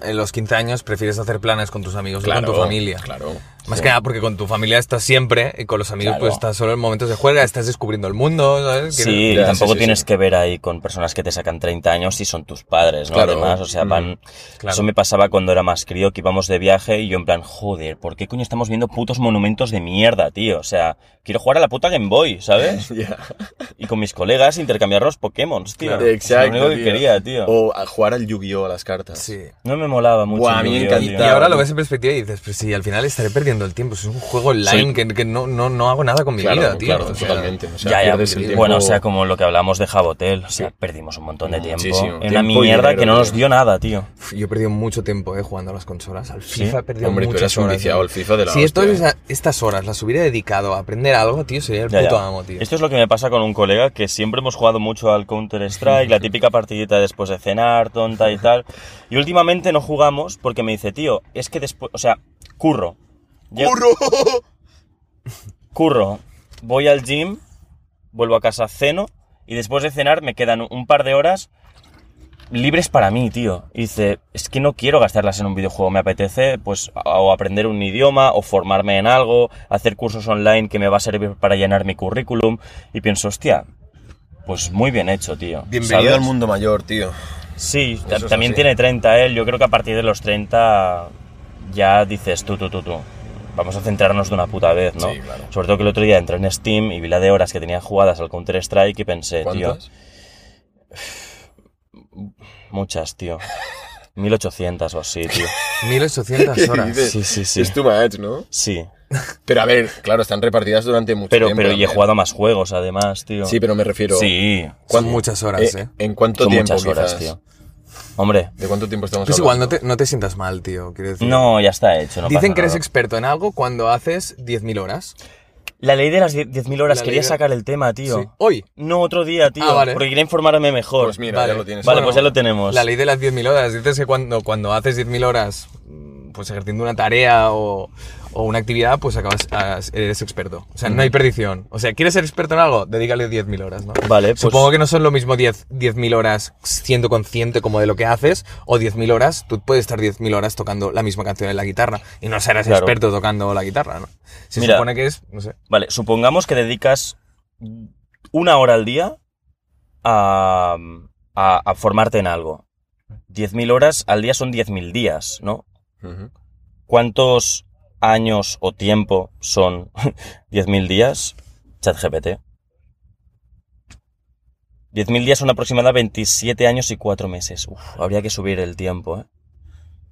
en los 15 años prefieres hacer planes con tus amigos que con tu familia. Claro. Más Sí. que nada porque con tu familia estás siempre y con los amigos Claro. pues estás solo en momentos de juega, estás descubriendo el mundo, ¿sabes? Que- Sí, Ya, y tampoco sí, sí, tienes sí. que ver ahí con personas que te sacan 30 años y son tus padres, ¿no? Claro. Mm. Además, o sea, van... claro. Eso me pasaba cuando era más crío, que íbamos de viaje y yo en plan, joder, ¿por qué coño estamos viendo putos monumentos de mierda, tío? O sea, quiero jugar a la puta Game Boy, ¿sabes? Ya. Y con mis colegas intercambiar los Pokémon, tío. Claro. Es lo Exacto. único que tío. quería, tío. O a jugar al Yu-Gi-Oh! a las cartas. Sí. No me molaba mucho. Buah, el a mí me Yu-Gi-Oh, encanta. tío. Y ahora lo ves en perspectiva y dices, pues sí, al final estaré perdiendo el tiempo. Es un juego online Sí. que, que no, no, no hago nada con mi vida, tío. claro, O sea, totalmente. O sea, Ya, ya, pierdes el tiempo. Bueno, o sea, como lo que hablamos de Jabotel, o sea, Sí. Mm, perdimos un montón de tiempo. Muchísimo. en una Tiempo y mierda dinero, que no nos tío. dio nada, tío. Uf, Yo he perdido mucho tiempo eh, jugando a las consolas. Al Sí. FIFA he perdido Hombre, tú muchas eras un horas. eh. viciado al FIFA de la Si esto hostia. eh. es- estas horas las hubiera dedicado a aprender algo, tío, sería el Ya, puto ya. amo, tío. Este- Esto es lo que me pasa con un colega que siempre hemos jugado mucho al Counter Strike, la típica partidita después de cenar, tonta y tal. Y últimamente no jugamos porque me dice, tío, es que después, o sea, curro. ¡Curro! Curro. Voy al gym, vuelvo a casa, ceno y después de cenar me quedan un par de horas libres para mí, tío. Y dice, es que no quiero gastarlas en un videojuego, me apetece pues a- o aprender un idioma o formarme en algo, hacer cursos online que me va a servir para llenar mi currículum y pienso, hostia, pues muy bien hecho, tío. Bienvenido ¿sabes? al mundo mayor, tío. Sí, ta- Eso es también así. tiene 30 él, yo creo que a partir de los 30 ya dices tú, tú, tú, tú. Vamos a centrarnos de una puta vez, ¿no? Sí, claro. Sobre todo que el otro día entré en Steam y vi la de horas que tenía jugadas al Counter-Strike y pensé, tío, ¿Cuántas? muchas, tío. 1800 o así, tío. 1800 horas. Dices, Sí, sí, sí. Es too much, ¿no? Sí. Pero a ver, claro, están repartidas durante mucho Pero, tiempo. pero y he también. jugado a más juegos, además, tío. Sí, pero me refiero. Sí. Son ¿cuán- muchas horas, eh. ¿En cuánto Son tiempo? muchas horas, quizás? tío. Hombre, ¿De cuánto tiempo estamos Pues igual, hablando? no te, no te sientas mal, tío. Quiero decir. no, ya está hecho. No Dicen pasa que eres nada. experto en algo cuando haces 10.000 horas. La ley de las die- 10.000 horas, La quería ley de- sacar el tema, tío. Sí. Hoy. No, otro día, tío. Ah, vale. Porque quería informarme mejor. Pues mira, ya lo tienes. Vale, pues ya lo tenemos. La ley de las 10.000 horas. Dices que cuando, cuando haces 10.000 horas, mm, pues ejerciendo una tarea o, o una actividad, pues acabas, ah, eres experto. O sea, no hay perdición. O sea, ¿quieres ser experto en algo? Dedícale 10.000 horas, ¿no? Vale, pues- Supongo que no son lo mismo 10 10.000 horas siendo consciente como de lo que haces o 10.000 horas, tú puedes estar 10.000 horas tocando la misma canción en la guitarra y no serás Claro. experto tocando la guitarra, ¿no? Se Mira. supone que es, no sé. Vale, supongamos que dedicas una hora al día a, a- a formarte en algo. 10.000 horas al día son 10.000 días, ¿no? Ujú. ¿Cuántos años o tiempo son 10.000 días? ChatGPT. 10.000 días son aproximadamente 27 años y 4 meses. Uf, habría que subir el tiempo, ¿eh?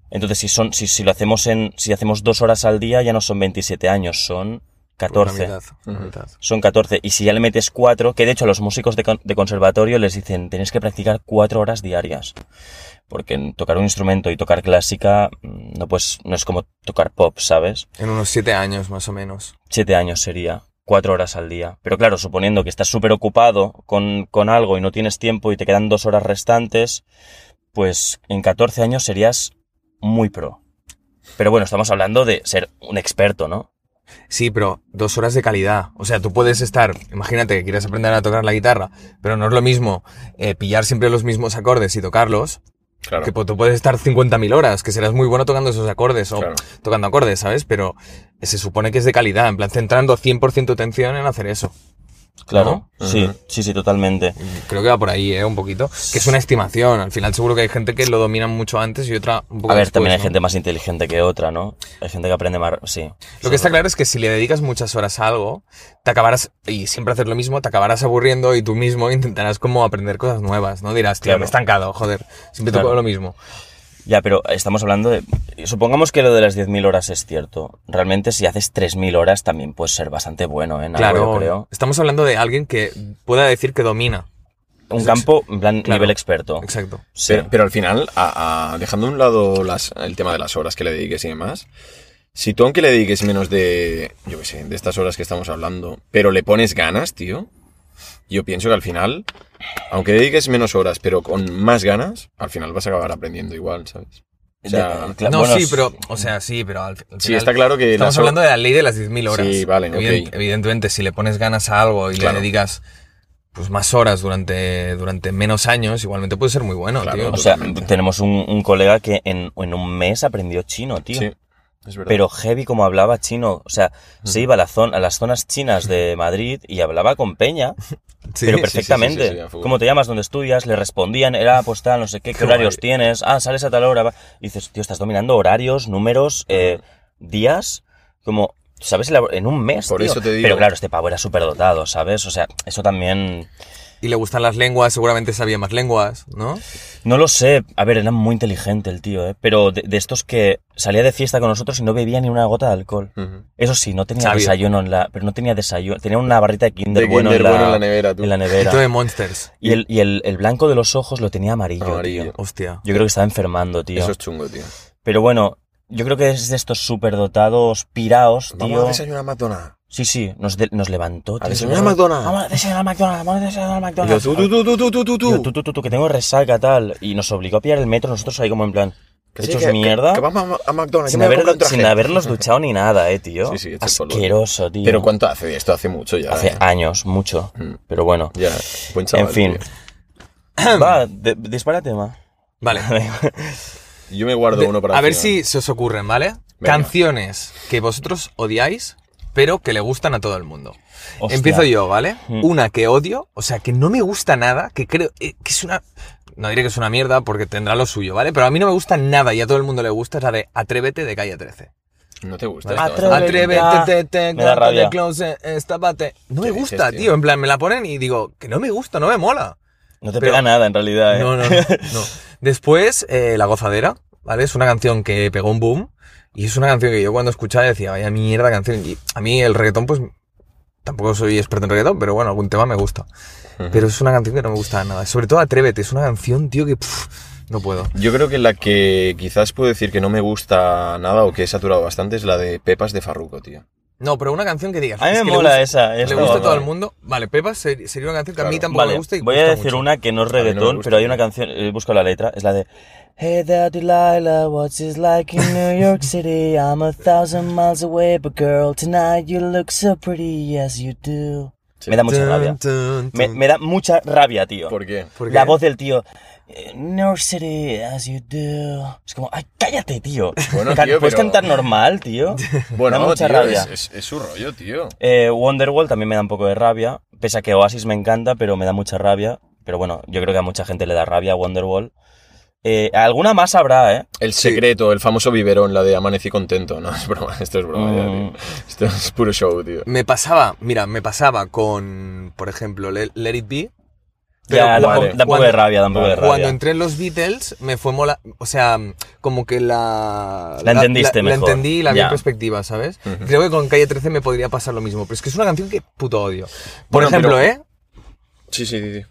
Entonces, si, son, si, si lo hacemos en, si hacemos dos horas al día, ya no son 27 años, son La 14. Pues mitad, la Ujú. mitad. Son 14. Y si ya le metes 4, que de hecho a los músicos de, con- de conservatorio les dicen, tenéis que practicar 4 horas diarias. Porque en tocar un instrumento y tocar clásica mm, no, pues, no es como tocar pop, ¿sabes? En unos 7 años más o menos. 7 años sería. 4 horas al día. Pero claro, suponiendo que estás súper ocupado con, con algo y no tienes tiempo y te quedan 2 horas restantes, pues en 14 años serías muy pro. Pero bueno, estamos hablando de ser un experto, ¿no? Sí, pero dos horas de calidad. O sea, tú puedes estar, imagínate que quieres aprender a tocar la guitarra, pero no es lo mismo eh, pillar siempre los mismos acordes y tocarlos Claro. Que pues, tú puedes estar 50.000 horas, que serás muy bueno tocando esos acordes o Claro. tocando acordes, ¿sabes? Pero se supone que es de calidad, en plan centrando 100% tu atención en hacer eso. Claro, ¿No? sí, Ujú. sí, sí, totalmente. Creo que va por ahí, ¿eh? Un poquito. Que es una estimación. Al final seguro que hay gente que lo domina mucho antes y otra un poco A ver, después, también hay ¿no? gente más inteligente que otra, ¿no? Hay gente que aprende más, sí. Lo que está claro es que si le dedicas muchas horas a algo, te acabarás, y siempre hacer lo mismo, te acabarás aburriendo y tú mismo intentarás como aprender cosas nuevas, ¿no? Dirás, tío, Claro. me he estancado, joder, siempre toco Claro. lo mismo. Ya, pero estamos hablando de... Supongamos que lo de las 10.000 horas es cierto. Realmente si haces 3.000 horas también puedes ser bastante bueno, ¿eh? En algo, yo claro, creo. estamos hablando de alguien que pueda decir que domina. Un Exacto. campo, en plan, Claro. nivel experto. Exacto. Sí. Pero, pero al final, a- a- dejando a un lado las, el tema de las horas que le dediques y demás, si tú aunque le dediques menos de, yo qué sé, de estas horas que estamos hablando, pero le pones ganas, tío, yo pienso que al final, aunque dediques menos horas, pero con más ganas, al final vas a acabar aprendiendo igual, ¿sabes? O sea, De- cla- eh, no, bueno, sí, es- pero, o sea, sí, pero al, al final... sí, está claro que... Estamos las ho- hablando de la ley de las 10.000 horas. Sí, vale, Evident- ok. Evidentemente, si le pones ganas a algo y Claro. le dedicas pues más horas durante, durante menos años, igualmente puede ser muy bueno, Claro, tío. O sea, Totalmente. tenemos un, un colega que en, en un mes aprendió chino, tío. Sí, es verdad. Pero heavy como hablaba chino. O sea, se iba a, la zona, a las zonas chinas de Madrid y hablaba con Peña, Sí, pero sí, perfectamente. sí, sí, sí, a full. ¿Cómo te llamas? ¿Dónde estudias? Le respondían, era pues tal, no sé qué, qué Qué horarios guay. tienes. Ah, sales a tal hora. va. Y dices, tío, estás dominando horarios, números, eh, días. Como, ¿sabes? Elabor- En un mes. Por tío. eso te digo. Pero claro, este pavo era súper dotado, ¿sabes? O sea, eso también. Y le gustan las lenguas, seguramente sabía más lenguas, ¿no? No lo sé. A ver, era muy inteligente el tío, ¿eh? Pero de, de estos que salía de fiesta con nosotros y no bebía ni una gota de alcohol. Ujú. Eso sí, no tenía Sabio. desayuno en la... Pero no tenía desayuno. Tenía una barrita de Kinder, De bueno, Kinder en, la, bueno en la nevera, tú. en la Y nevera. todo de Monsters. Y, el, y el, el blanco de los ojos lo tenía amarillo, Amarillo. tío. Hostia. Yo creo que estaba enfermando, tío. Eso es chungo, tío. Pero bueno, yo creo que es de estos superdotados piraos, Vamos a tío. desayunar a McDonald's. Sí, sí, nos, de- nos levantó. A tío. desayunar a McDonald's. Vamos a desayunar a McDonald's, vamos a desayunar a Y yo, McDonald's. tú, tú, tú, tú, tú, tú, Y yo, tú, tú, tú, tú, tú, que tengo resaca, tal. Y nos obligó a pillar el metro, nosotros ahí como en plan... Que sí, hechos que- que- mierda. Que vamos a, a McDonald's. sin, yo me voy a haber- comprar un sin traje. habernos duchado ni nada, eh, tío. Sí, sí, hecho polvo. Asqueroso, tío. Pero ¿cuánto hace de esto? Hace mucho ya. Hace ¿eh? años, mucho. Mm. Pero bueno. Ya, buen chaval, en fin. tío. Va, de- dispara tema. Vale. Yo me guardo uno para a el ver final. si se os ocurren, ¿vale? Venga. Canciones que vosotros odiáis, pero que le gustan a todo el mundo. Hostia. Empiezo yo, ¿vale? Mm. Una que odio, o sea, que no me gusta nada, que creo eh, que es una... No diré que es una mierda porque tendrá lo suyo, ¿vale? Pero a mí no me gusta nada y a todo el mundo le gusta, es la de Atrévete de Calle 13. No te gusta. Ah, Vale. esta, ¿verdad? Atrévete. Atrévete, te, Me da canto de rabia. closet, estápate. No me ¿Qué gusta, dices, tío? tío? En plan, me la ponen y digo, que no me gusta, no me mola. No te Pero- pega nada en realidad, ¿eh? No, no, no. no. Después, eh, La Gozadera, ¿vale? Es una canción que pegó un boom. Y es una canción que yo cuando escuchaba decía, vaya mierda canción. Y a mí el reggaetón, pues tampoco soy experto en reggaetón, pero bueno, algún tema me gusta. Ujú. Pero es una canción que no me gusta nada. Sobre todo Atrévete, es una canción, tío, que pff, no puedo. Yo creo que la que quizás puedo decir que no me gusta nada o que he saturado bastante es la de Pepas de Farruco, tío. No, pero una canción que digas. A mí es me que mola le gusta, esa. le esa va, gusta a todo vale. el mundo. Vale, Pepa ser- sería una canción que a mí Claro. tampoco Vale, me gusta y voy a cuesta decir mucho. una que no es no me reggaetón, gusta. pero hay una canción, eh, busco la letra, es la de... Hey there, Delilah, what's it like in New York City? I'm a thousand miles away, but girl, tonight you look so pretty, yes you do. Sí. Me da mucha rabia. Tun, tun, Me, tun. me da mucha rabia, tío. ¿Por qué? ¿Por La qué? voz del tío. eh, Nursery as you do. Es como, ay, cállate, tío. Bueno, Ca- tío, ¿Puedes pero- cantar normal, tío? Bueno, da mucha tío, rabia. Es, es- es su rollo, tío. Eh, Wonderwall también me da un poco de rabia. Pese a que Oasis me encanta, pero me da mucha rabia. Pero bueno, yo creo que a mucha gente le da rabia Wonderwall. Eh, alguna más habrá, ¿eh? El secreto, el famoso biberón, la de Amanecí contento. No, es broma, esto es broma ya, Mm. tío. Esto es puro show, tío. Me pasaba, mira, me pasaba con, por ejemplo, Le- Let It Be. Pero Ya, da un cuando- po- da un poco de rabia, da un poco de Cuando rabia. entré en los Beatles me fue mola, o sea, como que la... La entendiste la, mejor. entendí y la vi en Ya. perspectiva, ¿sabes? Creo que con Calle 13 me podría pasar lo mismo, pero es que es una canción que puto odio. Por Bueno, ejemplo, pero- ¿eh? Sí, sí, sí. sí.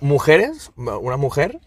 Mujeres, una mujer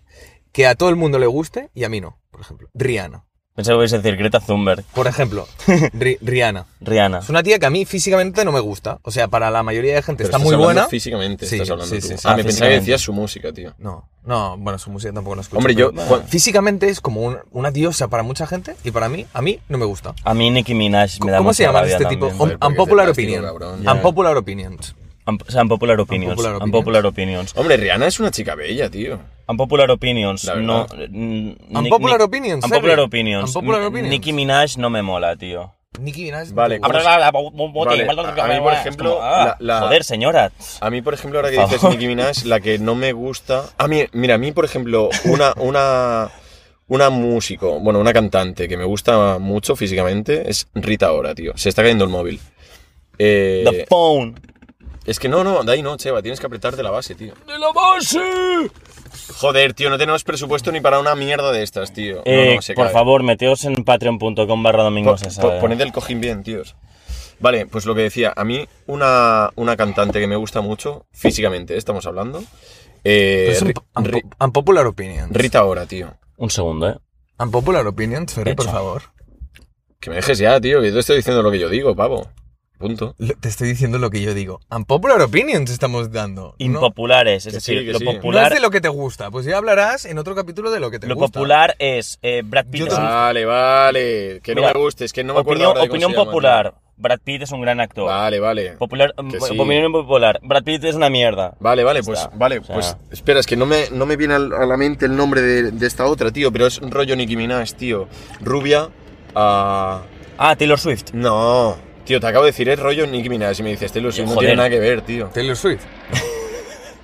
que a todo el mundo le guste y a mí no, por ejemplo. Rihanna. Pensé que ibas a decir Greta Thunberg, Por ejemplo, Ri- Rihanna. Rihanna. Es una tía que a mí físicamente no me gusta. O sea, para la mayoría de gente Pero está estás muy hablando buena. Físicamente, Sí, estás hablando sí, tú. sí, sí. ah, me pensaba que físicamente. decías su música, tío. No, no, bueno, su música tampoco la escucho. Hombre, yo. pero cuan- Físicamente es como un- una diosa para mucha gente y para mí, a mí no me gusta. A mí Nicki Minaj me da ¿Cómo mucha se llama rabia este tipo? también. Un- Joder, porque Unpopular es de plástico, Opinion. cabrón. Ya. Unpopular Opinions. Un- o sea, Unpopular Opinions. Unpopular Unpopular Opinions. Hombre, Rihanna es una chica bella, tío. Unpopular Opinions. La No, verdad. n- n- Unpopular Nick- opinions, Unpopular Sergi. Opinions. Unpopular N- opinions. Pues Nicki Minaj no me mola, tío. Nicki Minaj. Vale, Bueno, ¿cuál Vale, a- a mí, por ejemplo, Es como, ah, la- la- Joder, señora. A mí, por ejemplo, ahora que Por dices Ah. favor. Nicki Minaj, la que no me gusta. A mí, mira, a mí, por ejemplo, una, una, una músico, bueno, una cantante que me gusta mucho físicamente es Rita Ora, tío. Se está cayendo el móvil. Eh, The phone. es que no, no, de ahí no, Cheva, tienes que apretarte la base, tío. ¡De la base! Joder, tío, no tenemos presupuesto ni para una mierda de estas, tío. No, Eh, no, se por cae. favor, meteos en patreon.com barra Po- domingos esa, po- eh. poned el cojín bien, tíos. Vale, pues lo que decía, a mí una, una cantante que me gusta mucho, físicamente estamos hablando, eh, Pues es un- Ri- Ri- unpo- unpopular opinions. Rita Ora, tío. Un segundo, eh. Unpopular opinions, Ferry, por Hecho. favor. Que me dejes ya, tío, que yo te estoy diciendo lo que yo digo, pavo. Punto. Le- Te estoy diciendo lo que yo digo. Unpopular opinions estamos dando. ¿no? Impopulares, es Que sí, decir, que lo sí. No es popular. de lo que te gusta. Pues ya hablarás en otro capítulo de lo que te lo gusta. popular es eh, Brad Pitt. Yo es un- Vale, vale, que Mira, no me gustes, que Ah, no me acuerdo opinión ahora de cómo opinión se llama, popular. Brad Pitt es un gran actor. tío. Vale, vale. Popular, Que op- sí. Opinión popular. Brad Pitt es una mierda. Vale, vale, Ya pues, está. vale, O sea, pues espera, es que no me, no me viene al- a la mente el nombre de, de esta otra, tío, pero es rollo Nicki Minaj, tío. Rubia, ah, Ah, Taylor Swift. No, tío, te acabo de decir, es rollo Nicki Minaj. Y me dices, Taylor Swift no Joder. tiene nada que ver, tío. Taylor Swift.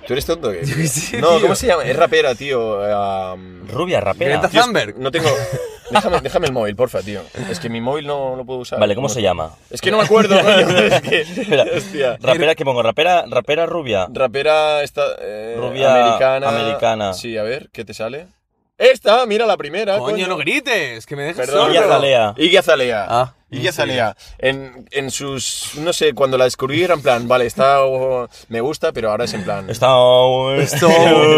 ¿Tú eres tonto o qué? Yo qué sé, no, tío. ¿cómo se llama? Es rapera, tío. am, Rubia, rapera. Greta Dios- Thunberg. no tengo. Déjame, déjame el móvil, porfa, tío. Es que mi móvil no lo puedo usar. Vale, ¿cómo se llama? Es que no me acuerdo, coño. Es que. Espera. Hostia. Rapera, ¿qué pongo? Rapera, rapera rubia. Rapera esta, eh, Rubia americana. americana. Sí, a ver, ¿qué te sale? Esta, mira la primera. Ah, Coño, Coño, no grites, que me dejas Perdón. Iggy solo. Azalea. Iggy Azalea. Ah, Iggy Azalea. En, en sus. No sé, cuando la descubrí era en plan, vale, está. oh, me gusta, pero ahora es en plan. Está. Esto-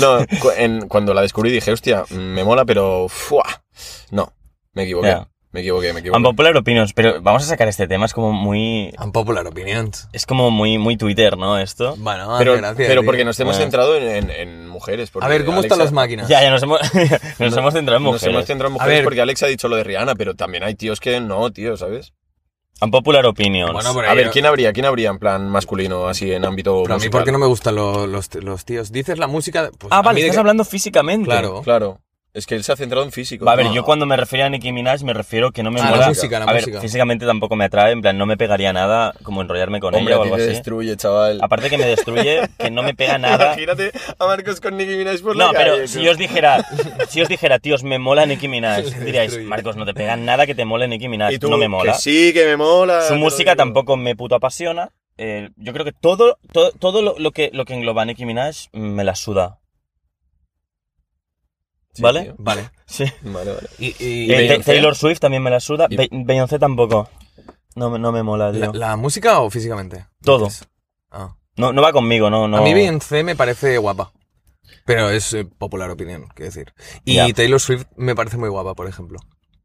no, cu- en- cuando la descubrí dije, hostia, me mola, pero. fuá". No, me equivoqué. Ya. Me equivoqué, me equivoqué. Unpopular opinions, pero vamos a sacar este tema, es como muy. Unpopular opinions. Es como muy, muy Twitter, ¿no? Esto. Bueno, Pero, hace gracia, pero tío. porque nos hemos Bueno. centrado en, en- en mujeres. porque A ver, ¿cómo están Alexa- las máquinas? Ya, ya nos hemos, nos hemos centrado en Nos hemos mujeres. centrado en A mujeres ver. porque Alex ha dicho lo de Rihanna, pero también hay tíos que no, tío, ¿sabes? Unpopular opinions. Bueno, pues, pero, A ver, yo- ¿quién habría? ¿Quién habría en plan masculino, así en ámbito pero a mí, musical? ¿por qué no me gustan lo- los, los tíos? Dices la música. pues, ah, a vale, mí de estás que- hablando físicamente. Claro. Claro, es que él se ha centrado en físico. Va, a ver, No. yo cuando me refiero a Nicki Minaj me refiero que no me Ah, la mola. música, la a ver, música. físicamente tampoco me atrae, en plan, no me pegaría nada como enrollarme con Hombre, ella o a ti algo te así. destruye, chaval. Aparte que me destruye, que no me pega nada. Imagínate a Marcos con Nicki Minaj por No, la calle. pero si tío. yo os dijera, si os dijera, tíos, me mola Nicki Minaj, diríais, destruye. Marcos, no te pega nada que te mole Nicki Minaj, Y tú, no me mola. Que sí, que me mola. te Su lo música digo. tampoco me puto apasiona. Eh, yo creo que todo, todo, todo lo, lo que, lo que engloba a Nicki Minaj me la suda. Sí, ¿Vale? tío. Vale. Sí. Vale, vale. Y, Eh, y- Ta- Beyoncé? Taylor Swift también me la suda. Y- Be- Beyoncé tampoco. No, me- no me mola, la, tío. la música o físicamente? Todo. Dices. Ah. No, no va conmigo, no, no. A mí Beyoncé me parece guapa. Pero es eh, popular opinión, quiero decir. Y Ya. Taylor Swift me parece muy guapa, por ejemplo.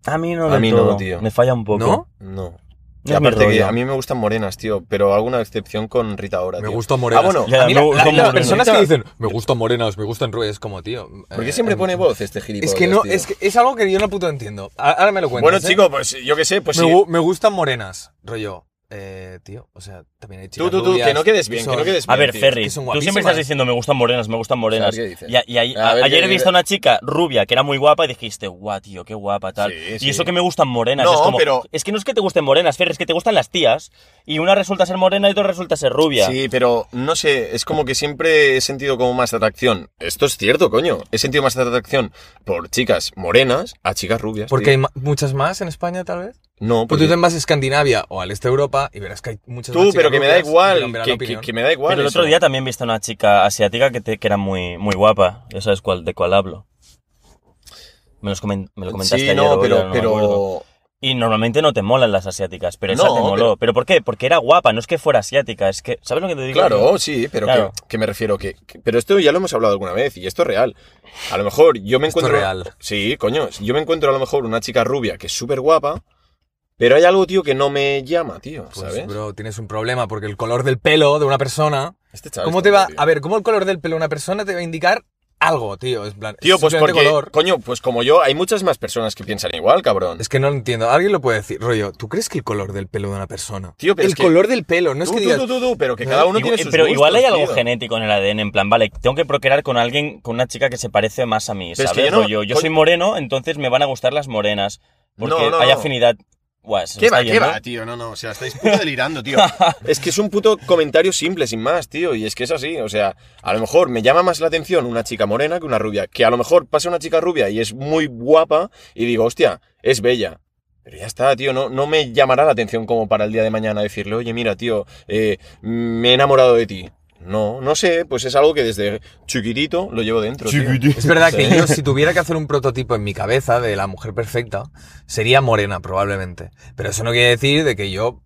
A mí no A del mí no, todo. tío. Me falla un poco. ¿No? No. No Y es mi aparte que rollo. a mí me gustan morenas, tío, pero alguna excepción con Rita ahora, Me tío. gusta morenas. Ah, bueno. Ya, A mí no, la- la- como las morenas. personas que dicen, me gustan morenas, me gustan ruedas, como tío. ¿Por eh, qué siempre eh, pone voz este gilipollas, Es que no, tío? es, que es algo que yo no puto entiendo. A- Ahora me lo cuentas. Bueno, ¿eh? chico, pues yo qué sé, pues me, sí. gu- me gustan morenas, rollo. Eh, tío, o sea, también hay Tú, chicas tú, tú, rubias que no quedes bien, que son- no quedes bien. A ver, tío. Ferry, que son tú siempre estás guapísimas. diciendo me gustan morenas, me gustan morenas. ¿qué dices? Y, a- y a- A ver, ayer ¿qué he visto dices? a una chica rubia que era muy guapa y dijiste, guau, tío, qué guapa, tal. Sí, y sí. eso que me gustan morenas. No, es como, pero- Es que no es que te gusten morenas, Ferry, es que te gustan las tías. Y una resulta ser morena y otra resulta ser rubia. Sí, pero no sé, es como que siempre he sentido como más atracción. Esto es cierto, coño. He sentido más atracción por chicas morenas a chicas rubias. Ah, Porque tío. hay ma- muchas más en España, tal vez. No, Pues porque- tú te vas a Escandinavia o al este de Europa y verás que hay muchas más Tú, chicas pero que me da rubias, igual, cambiará la que, que- opinión. que me da igual. Pero el eso. otro día también viste a una chica asiática que, te- que era muy, muy guapa. Ya sabes cuál, de cuál hablo. Me, los comen- me lo comentaste Sí, ayer. no, hoy, pero, ahora me acuerdo. pero, Y normalmente no te molan las asiáticas, pero esa No, te moló. Pero... pero- por qué? Porque era guapa, no es que fuera asiática, es que... ¿Sabes lo que te digo? Claro, sí, pero Claro. Que, que me refiero que, que- Pero esto ya lo hemos hablado alguna vez y esto es real. A lo mejor yo me Esto es encuentro... real. Sí, coño. Yo me encuentro a lo mejor una chica rubia que es súper guapa, pero hay algo, tío, que no me llama, tío, Pues, ¿sabes? bro, tienes un problema porque el color del pelo de una persona. Este chaval ¿Cómo está te va? loco, tío. A ver, ¿cómo el color del pelo de una persona te va a indicar algo, tío. Es en plan, Tío, es pues simplemente porque, color. coño, pues como yo, hay muchas más personas que piensan igual, cabrón. Es que no lo entiendo. Alguien lo puede decir. Rollo, ¿tú crees que el color del pelo de una persona? Tío, pero el es que- color del pelo, no es Tú, que tú, digas. tú, tú, tú, pero que cada uno Igu- tiene eh, sus pero igual hay gustos, algo tío. genético en el ADN, en plan, vale, tengo que procrear con alguien, con una chica que se parece más a mí, Pero es ¿sabes? que yo no- Rollo, yo coño. soy moreno, entonces me van a gustar las morenas, porque No, no, hay no. afinidad. Buah, se me ¿Qué está va, qué yendo. va? Ah, tío, no, no, o sea, estáis puto delirando, tío. Es que es un puto comentario simple, sin más, tío. Y es que es así. O sea, a lo mejor me llama más la atención una chica morena que una rubia. Que a lo mejor pasa una chica rubia y es muy guapa y digo, hostia, es bella. Pero ya está, tío, no, no me llamará la atención como para el día de mañana decirle, oye, mira, tío, eh, me he enamorado de ti. No, no sé, pues es algo que desde chiquitito lo llevo dentro. tío. Es verdad Sí. que yo, si tuviera que hacer un prototipo en mi cabeza de la mujer perfecta, sería morena, probablemente. Pero eso no quiere decir de que yo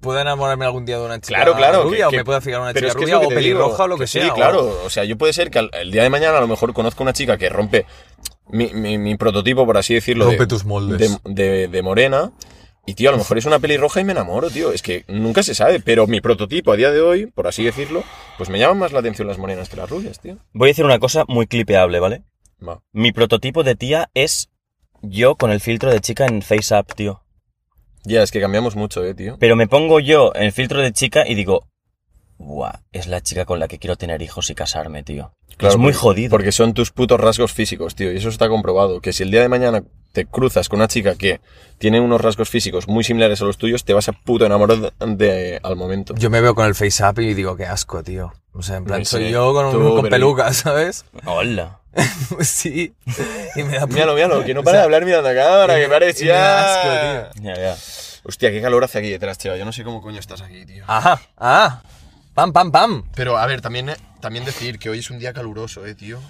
pueda enamorarme algún día de una chica Claro, claro. rubia que- o que- me pueda fijar en una pero chica es que es rubia lo o que te digo, pelirroja o lo que, sea. Sí, o- claro. O sea, yo puede ser que al- el día de mañana a lo mejor conozco una chica que rompe mi, mi- mi prototipo, por así decirlo. de- Rompe tus moldes. De, de- de morena. Y tío, a lo mejor es una pelirroja y me enamoro, tío. Es que nunca se sabe, pero mi prototipo a día de hoy, por así decirlo, pues me llaman más la atención las morenas que las rubias, tío. Voy a decir una cosa muy clipeable, ¿vale? Va. Mi prototipo de tía es yo con el filtro de chica en FaceApp, tío. Ya, es que cambiamos mucho, eh, tío. Pero me pongo yo el filtro de chica y digo, buah, es la chica con la que quiero tener hijos y casarme, tío. Claro, es muy porque- jodido. Porque son tus putos rasgos físicos, tío. Y eso está comprobado. Que si el día de mañana te cruzas con una chica que tiene unos rasgos físicos muy similares a los tuyos, te vas a puto enamorar de, de- al momento. Yo me veo con el face up y digo, qué asco, tío. O sea, en Sí, plan, soy sí. yo con, un- Tú, con pero- peluca, ¿sabes? Hola. sí. Y me da Míralo, míralo, que no para de hablar mirando a cámara, que parece y me ya... da asco, Ya, ya. Hostia, qué calor hace aquí detrás, tío. Yo no sé cómo coño estás aquí, tío. Ajá, ah. Pam, pam, pam. Pero a ver, también, eh, también decir que hoy es un día caluroso, eh, tío.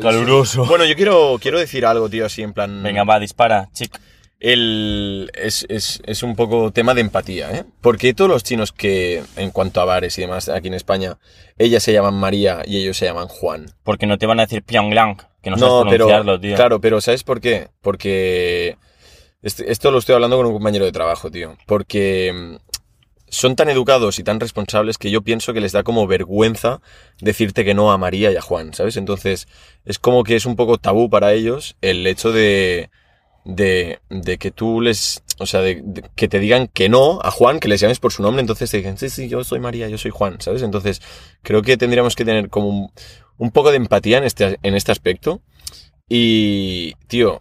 Caluroso. Bueno, yo quiero, quiero decir algo, tío, así en plan... Venga, va, dispara, chic. El, es, es, es un poco tema de empatía, ¿eh? Porque todos los chinos que, en cuanto a bares y demás, aquí en España, ellas se llaman María y ellos se llaman Juan. Porque no te van a decir Pyongyang, que no, sabes pronunciarlo, pero, tío. Claro, pero ¿sabes por qué? Porque este- esto lo estoy hablando con un compañero de trabajo, tío. Porque mm, son tan educados y tan responsables que yo pienso que les da como vergüenza decirte que no a María y a Juan, ¿sabes? Entonces es como que es un poco tabú para ellos el hecho de, de, de que tú les... O sea, de, de que te digan que no a Juan, que les llames por su nombre, entonces te dicen, sí, sí, yo soy María, yo soy Juan, ¿sabes? Entonces creo que tendríamos que tener como un, un poco de empatía en este, en este aspecto. Y, tío,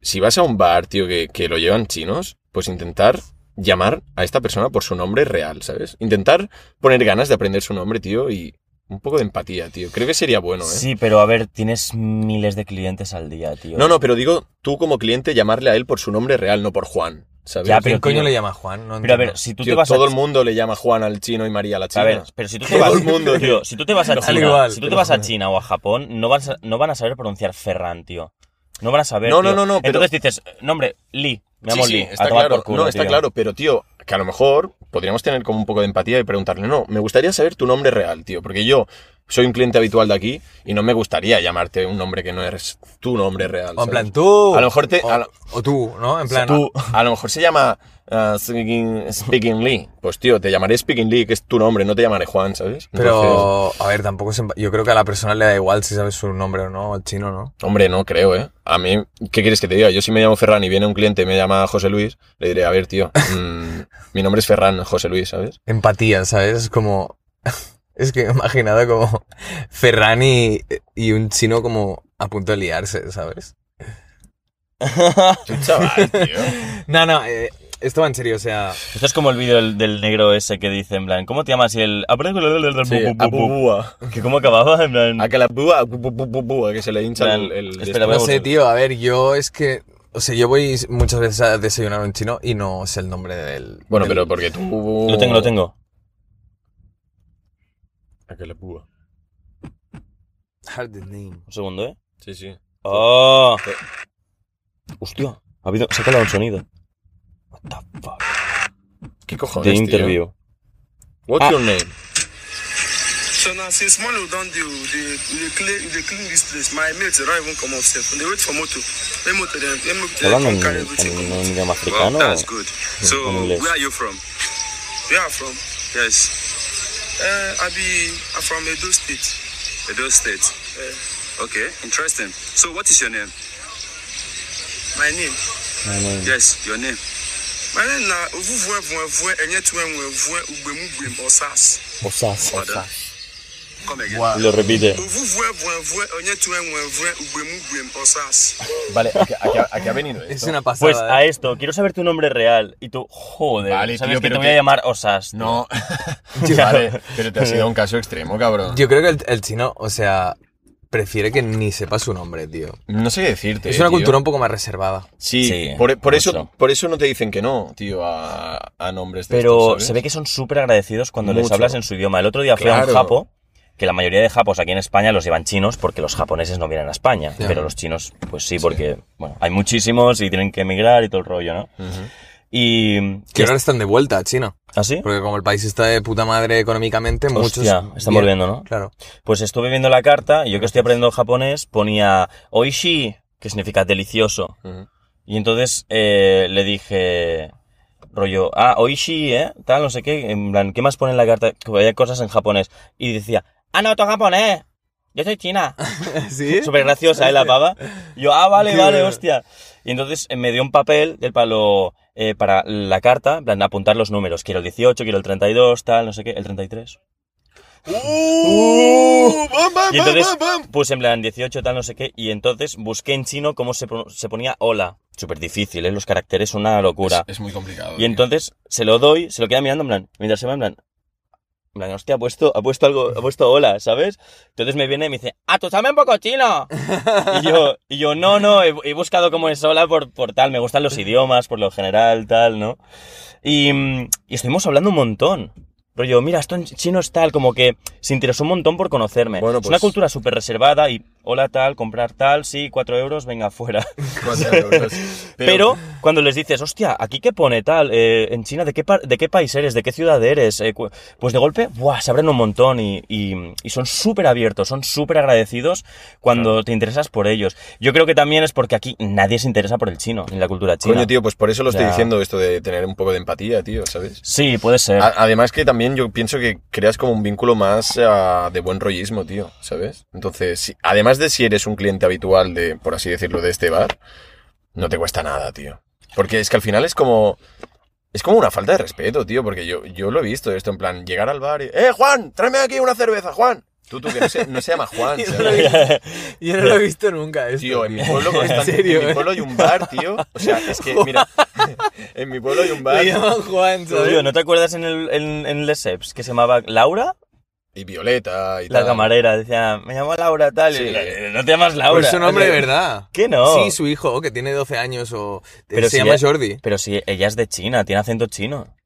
si vas a un bar, tío, que, que lo llevan chinos, pues intentar llamar a esta persona por su nombre real, ¿sabes? Intentar poner ganas de aprender su nombre, tío, y un poco de empatía, tío. Creo que sería bueno, ¿eh? Sí, pero a ver, tienes miles de clientes al día, tío. No, no, pero digo, tú como cliente llamarle a él por su nombre real, no por Juan, ¿sabes? Ya, ¿A quién pero, coño tío, le llama Juan? No Pero a entiendo. ver, si tú Tío, te vas todo a... el mundo le llama Juan al chino y María a la china. A ver, pero si tú te Todo vas, el mundo, tío, si tú te vas a Al China, igual, si tú te pero- vas a China o a Japón, no van a, no van a saber pronunciar Ferran, tío. No van a saber. No, tío. no, no, no, pero- Entonces dices, nombre, Lee. Me Sí, llamo sí, Lee. está a tomar claro. por culo. no, está tío. claro, pero tío, que a lo mejor podríamos tener como un poco de empatía y preguntarle, no, me gustaría saber tu nombre real, tío, porque yo soy un cliente habitual de aquí y no me gustaría llamarte un nombre que no eres tu nombre real. O en ¿sabes? plan, tú. A lo mejor te- O, a lo- o tú, ¿no? En plan. ah. Tú, a lo mejor se llama uh, Speaking, Speaking Lee. Pues tío, te llamaré Speaking Lee, que es tu nombre, no te llamaré Juan, ¿sabes? Entonces, Pero, a ver, tampoco se empa- Yo creo que a la persona le da igual si sabes su nombre o no, al chino, ¿no? hombre, no creo, ¿eh? A mí, ¿qué quieres que te diga? Yo si me llamo Ferran y viene un cliente y me llama José Luis, le diré, a ver, tío, mm, mi nombre es Ferran, no José Luis, ¿sabes? Empatía, ¿sabes? Es como. Es que he imaginado como Ferran y, y un chino como a punto de liarse, ¿sabes? Es un chaval, tío. No, no, eh, esto va en serio, o sea. Esto es como el vídeo del, del negro ese que dice, en plan, ¿cómo te llamas? Y el... "Ah, Sí, a bubúa. Que cómo acababa, en plan... A que la búa, a bu- bu- bu- búa, que se le hincha Plan, el... el espera, No Vamos a sé, ver. tío, a ver, yo es que. O sea, yo voy muchas veces a desayunar a un chino y no sé el nombre del. Bueno, del- pero porque tú... Lo tengo, lo tengo. A que la búa. Un segundo, ¿eh? Sí, sí. ¡Oh! Hostia, ha habido... se ha colado un sonido. What the fuck? ¿Qué The cojones, tío? interview. What's Ah. your name? So now since morning we don dey o, dey dey clean dey clean this place. My mates they don even come out sef. Dey wait for motor. Make motor dem make motor dem ¿Hablan en, come carry everything en come un out. idioma africano? that's good. So English. where are you from? Where I'm from? Yes. Uh, I be I'm from Edo State. Edo State. Uh, Okay, interesting. So, what is your name? My name? Yes, your name. My name na Ovuvue Vuevue Enyetue Vuevue Ugbemu Gbem Osas. Osas. Pardon? Come again. Lo repite. Ovuvue Vuevue Enyetue Vuevue Ugbemu Gbem Osas. Vale, ¿a qué, a qué- a qué ha venido esto? Es una pasada. ¿eh? Pues a esto, quiero saber tu nombre real. Y tú, joder, ¿eh? Vale, sabes tío, que pero te voy a que- llamar Osas. No, vale, pero te ha sido un caso extremo, cabrón. Yo creo que el, el chino, o sea, prefiere que ni sepa su nombre, tío. No sé qué decirte. es una tío. cultura un poco más reservada. Sí, Sí, por, por eso, mucho. por eso no te dicen que no, tío, a, a nombres de Pero estos, ¿sabes? se ve que son súper agradecidos cuando les Mucho. hablas en su idioma. El otro día fui a un Claro. japo, que la mayoría de japos aquí en España los llevan chinos porque los japoneses no vienen a España. Ya. Pero los chinos, pues sí, porque bueno, hay muchísimos y tienen que emigrar y todo el rollo, ¿no? Y... Que ahora están de vuelta a China. ¿Así? ¿Eh? Porque como el país está de puta madre económicamente, muchos. Hostia, están volviendo, ¿no? Claro. Pues estuve viendo la carta y yo que estoy aprendiendo japonés ponía oishi, que significa delicioso. Ujú. Y entonces eh, le dije rollo, ah, oishi, ¿eh? Tal, no sé qué. En plan, ¿qué más pone en la carta? Que había cosas en japonés. Y decía, ah, no, toca japonés. Yo soy china. ¿Sí? Súper graciosa, ¿eh? La pava. Y yo, ah, vale, Qué vale, bueno. hostia. Y entonces eh, me dio un papel del palo eh, para la carta, en plan, apuntar los números. Quiero el 18, quiero el 32, tal, no sé qué, el 33. ¡Uh! ¡Bam, bam, Y bam, entonces bam, bam! puse en plan 18, tal, no sé qué, y entonces busqué en chino cómo se, pro- se ponía hola. Súper difícil, ¿eh? Los caracteres son una locura. Es muy complicado. y tío. entonces se lo doy, se lo queda mirando en plan, mientras se va en plan, en plan, hostia, ha puesto, ha puesto algo, ha puesto hola, ¿sabes? Entonces me viene y me dice, ¡ah, tú sabes un poco chino! Y yo, y yo no, no, he, he buscado cómo es hola por, por tal, me gustan los idiomas, por lo general, tal, ¿no? Y, mm, y estuvimos hablando un montón. Rollo, mira, esto en chino es tal, como que se interesó un montón por conocerme. Bueno, Es una pues- cultura súper reservada y hola tal, comprar tal, sí, cuatro euros, venga afuera. Cuatro euros. Pero, cuando les dices, hostia, aquí qué pone tal, Eh, en China, ¿de qué, pa- ¿de qué país eres? ¿De qué ciudad eres? Eh, cu- pues de golpe, ¡buah! se abren un montón y, y- y son súper abiertos, son súper agradecidos cuando te interesas por ellos. Yo creo que también es porque aquí nadie se interesa por el chino, ni la cultura china. Coño, tío, pues por eso lo estoy Ya. diciendo, esto de tener un poco de empatía, tío, ¿sabes? Sí, puede ser. A- Además que también yo pienso que creas como un vínculo más ah, de buen rollismo, tío, ¿sabes? Entonces, si- además de si eres un cliente habitual de, por así decirlo, de este bar, no te cuesta nada, tío. Porque es que al final es como... Es como una falta de respeto, tío, porque yo, yo lo he visto esto, en plan, llegar al bar y... ¡Eh, Juan! ¡Tráeme aquí una cerveza, Juan! Tú, tú, que no se, no se llama Juan, Yo no lo he ¿sabes? visto, yo no lo he visto nunca. esto, Tío, en mi tío. pueblo en constan- serio. eh? en mi pueblo hay un bar, tío. O sea, es que, mira, en mi pueblo hay un Me bar llaman Juan, ¿sabes? Tío, ¿no te acuerdas en, el, en, en Les Eps que se llamaba Laura? y Violeta y La tal. camarera decía, me llamo Laura tal. y Sí. le- no te llamas Laura. Por su nombre de verdad. ¿Qué no? Sí, su hijo, que tiene 12 años o. eh, Pero se si llama ya- Jordi. Pero si ella es de China, tiene acento chino.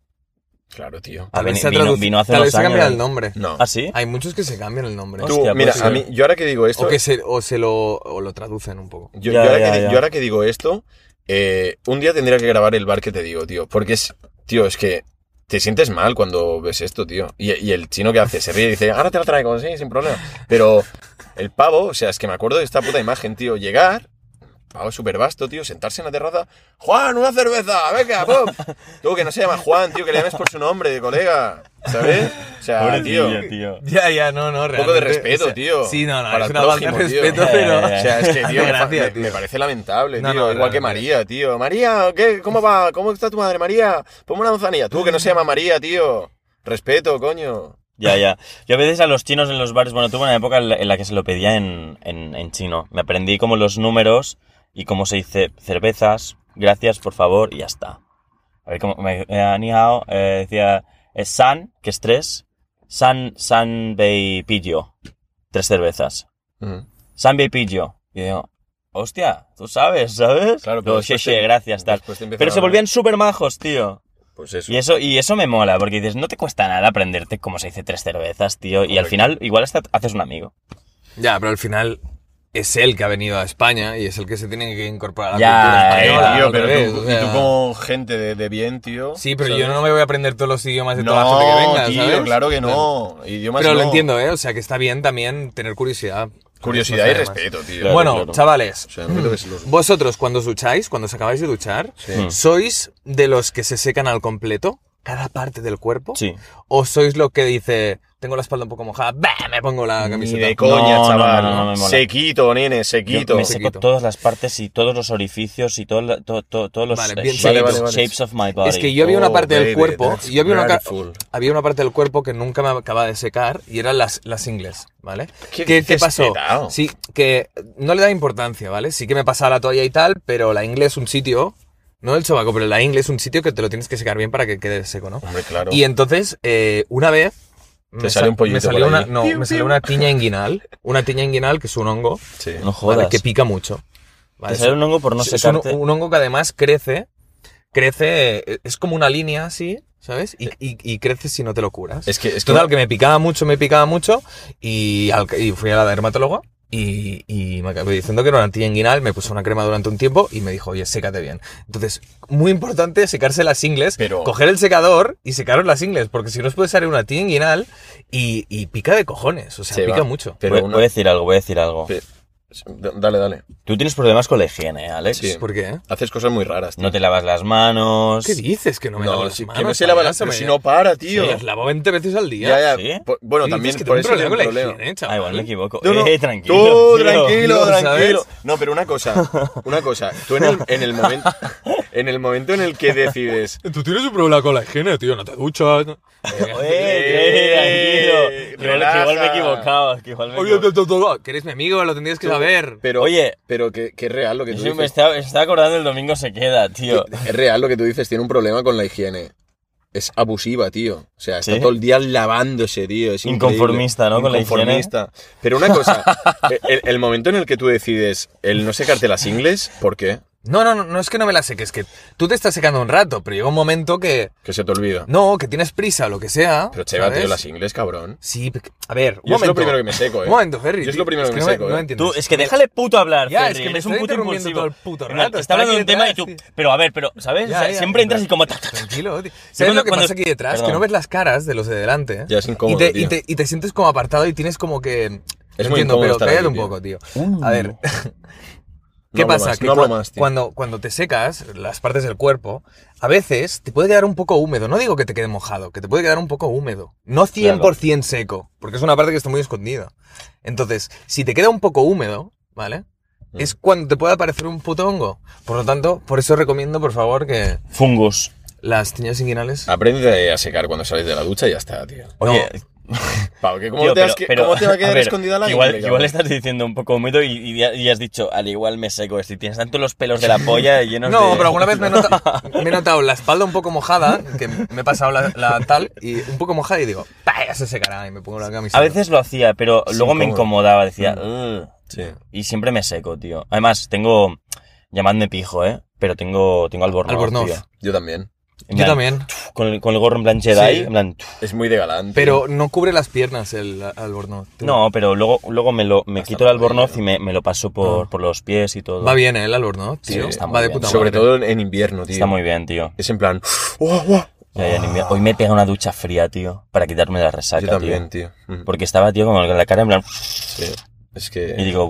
Claro, tío. Ah, Tal vez veni- se ha vino- traducido- vino hace tal unos vez se ha años. cambiado el nombre. No. ¿Ah, sí? Hay muchos que se cambian el nombre. Tú, Hostia, mira, pues, a eh. mí, yo ahora que digo esto, O, que se, o se lo, o lo traducen un poco. yo, Ya, yo ahora ya, que, di- ya. yo ahora que digo esto, eh, un día tendría que grabar el bar que te digo, tío, porque es, tío, es que te sientes mal cuando ves esto, tío. Y, y el chino que hace, se ríe y dice, ahora te lo traigo, sí, sin problema. Pero el pavo, o sea, es que me acuerdo de esta puta imagen, tío, llegar, pavo súper vasto, tío, sentarse en la terraza, Juan, una cerveza, venga, pum. Tú que no se llama Juan, tío, que le llames por su nombre, colega, ¿sabes? O sea, tío. Pobrecillo, tío. Ya, ya, no, no, Un poco de realmente, respeto, o sea, tío. Sí, no, no, para es el una falta de prójimo, tío. respeto, Ya, pero. ya, ya. O sea, es que, tío, Hace me, gracia, me- tío. me parece lamentable, No, tío. no, Igual que claro, María, tío. María, ¿qué? ¿cómo va? ¿Cómo está tu madre, María? Ponme una manzanilla. Tú, que no se llama María, tío. Respeto, coño. Ya, ya. Yo a veces a los chinos en los bares, bueno, tuve una época en la, en la que se lo pedía en, en, en chino. Me aprendí como los números y cómo se dice cervezas, gracias, por favor, y ya está. A ver, como me eh, ni hao, eh, decía eh, san, que es tres, san, san bei pillo, tres cervezas. San bei pillo. Y digo, hostia, tú sabes, ¿sabes? Claro, pero pero después te- gracias, tal. después te empiezan Pero a se hablar. volvían súper majos, tío. Pues eso. Y eso, y eso me mola, porque dices, no te cuesta nada aprenderte cómo se dice tres cervezas, tío. Y al Correcto. final, igual hasta haces un amigo. Ya, pero al final es él que ha venido a España y es el que se tiene que incorporar a la Ya, cultura eh, española. tío, al pero revés, tú, o sea. y tú como gente de, de bien, tío. Sí, pero ¿sabes? yo no me voy a aprender todos los idiomas de toda la gente que No, venga, tío, ¿sabes? claro que no. Idiomas Pero lo no. entiendo, ¿eh? O sea, que está bien también tener curiosidad. Curiosidad No y está de más. respeto, tío. Claro, bueno, claro. chavales, O sea, no me toques los- vosotros cuando os ducháis, cuando os acabáis de duchar, ¿sois de los que se secan al completo? cada parte del cuerpo? Sí. ¿O sois lo que dice, tengo la espalda un poco mojada, ¡bah! me pongo la Ni camiseta? de coña, No, no, no, chaval. no, no me mola. Sequito, nene, Yo sequito. me se- seco todas las partes y todos los orificios y todo la- to- to- todos los Vale, eh, bien shapes, Vale, vale, vale. shapes of my body. Es que yo había una Oh, parte del baby, cuerpo, that's yo había una, ca- beautiful. había una parte del cuerpo que nunca me acababa de secar y eran las, las ingles, ¿vale? ¿Qué ¿Qué, dices, pasó? petao? Sí, que no le da importancia, ¿vale? Sí que me pasaba la toalla y tal, pero la ingle es un sitio, no el sobaco, pero la ingle es un sitio que te lo tienes que secar bien para que quede seco, ¿no? Hombre, claro. Y entonces, eh, una vez. me sale sa- un pollito me salió por una, allí. No, me salió una tiña inguinal. Una tiña inguinal que es un hongo. Sí. No ¿vale? jodas. Que pica mucho. ¿vale? Te sale un hongo por no Es- es un, secarte. un hongo que además crece. Crece. eh, Es como una línea así, ¿sabes? Y, y- y crece si no te lo curas. Es que, es que Total, que me picaba mucho, me picaba mucho. Y, al- y fui a la dermatóloga. Y, y me acabé diciendo que era una tiña inguinal, me puso una crema durante un tiempo y me dijo, oye, sécate bien. Entonces, muy importante secarse las ingles, Pero- coger el secador y secaros las ingles, porque si no os puede salir una tiña inguinal y, y pica de cojones, o sea, se pica va. mucho. Pero voy, una- voy a decir algo, voy a decir algo. Pe- Dale, dale. Tú tienes problemas con la higiene, ¿eh, Alex. Sí. ¿Por qué? Haces cosas muy raras. tío. No te lavas las manos. ¿Qué dices? Que no me lavo No, las sí, manos. que no se lava la payaso, pero me- si no para, tío. me las lavo 20 veces al día. Ya, ya. ¿Sí? Por- bueno, Sí, también es que por tengo eso un problema con la tengo un problema. higiene, chaval. Ah, igual me equivoco. No, no, Eh, tranquilo. Tú, tío. tranquilo, Tío, tranquilo. ¿sabes? No, pero una cosa, una cosa. Tú en el, en el momento, en el momento en el que decides, Tú tienes un problema con la higiene, tío, no te duchas. no- Eh, Eh, tranquilo. Que igual, que igual me he relaja. equivocado. que igual me he Oye, equivocado. to- to- to- que eres mi amigo, lo tendrías que saber. pero, Oye. pero que, que es real lo que tú Sí, me dices. estaba, me estaba acordando el domingo se queda, tío. Es real lo que tú dices. Tiene un problema con la higiene. Es abusiva, tío. O sea, está ¿Sí? todo el día lavándose, tío. Es increíble. Inconformista, ¿no? Con la higiene. Inconformista. Pero una cosa, e-, el, el momento en el que tú decides el no secarte las ingles, ¿por qué? No, no, no, no es que no me la seques, que tú te estás secando un rato, pero llega un momento que. Que se te olvida. No, que tienes prisa, lo que sea. Pero Cheva, ¿sabes? tío, las ingles, cabrón. Sí, pe- a ver, un Yo es momento. lo primero que me seco, eh. Un momento, Ferry. Yo es tío, lo primero que me no seco, no eh. entiendes. Tú, es que déjale puto hablar, Ya, Ferri, es que me eres estoy un puto interrumpiendo impulsivo. todo el puto En plan, rato, Está hablando de un estaba tema aquí y tú, detrás, tío. pero a ver, pero, ¿sabes? Ya, O sea, ya, siempre entras y como... ta, ta, ta. Tranquilo, tío. ¿Sabes cuando- lo que cuando- pasa aquí detrás? Que no Perdón. ves las caras de los de delante. Ya es incómodo, Y te, tío. Y te, y te sientes como apartado y tienes como que. no muy entiendo, incómodo pero estar cállate aquí, un tío. poco, tío. A ver, ¿Qué Uh. No hablo pasa? más, que no hablo cua- más, tío. Cuando, cuando te secas las partes del cuerpo, a veces te puede quedar un poco húmedo. No digo que te quede mojado, que te puede quedar un poco húmedo. No 100% seco, porque es una parte que está muy escondida. Entonces, si te queda un poco húmedo, ¿vale? Mm. Es cuando te puede aparecer un puto hongo. Por lo tanto, por eso recomiendo, por favor, que Fungus. las tiñas inguinales... Aprende a secar cuando sales de la ducha y ya está, tío. Ah, Oye, Pau, que ¿cómo, tío, te pero- has que- pero- cómo te va a quedar ver, escondida la igual, ingle, Igual cabrón? estás diciendo un poco húmedo y, y ya- y has dicho, al igual me seco esto. Y tienes tanto los pelos de la polla llenos de... No, pero alguna vez me he, nota- me he notado la espalda un poco mojada, que me he pasado la, la tal, y un poco mojada y digo, "Bah, ya se secará y me pongo la camiseta. A veces lo hacía, pero luego me incómodo. incomodaba, decía... Mm. "Ugh". Sí. Y siempre me seco, tío. Además, tengo... Llamadme pijo, ¿eh? Pero tengo, tengo albornoz, Albornoz. tío. Yo también. En Yo plan, también. Con el, con el gorro en plan Jedi, Sí. en plan... "Tuf". Es muy de galán. tío. Pero no cubre las piernas el albornoz. tío. No, pero luego, luego me, lo, me Hasta quito el la albornoz rodilla, y me, me lo paso por, Ah. por los pies y todo. Va bien ¿eh? el albornoz, tío. Sí, está muy Va de bien. puta madre. Sobre todo en- en invierno, tío. Está muy bien, tío. Es en plan... ¡Guau, guau! Ya, Ah. ya, ni me- Hoy me he pegado una ducha fría, tío, para quitarme la resaca, Yo también, tío. tío. Mm. Porque estaba, tío, con la cara en plan... Sí. Es Y que... digo,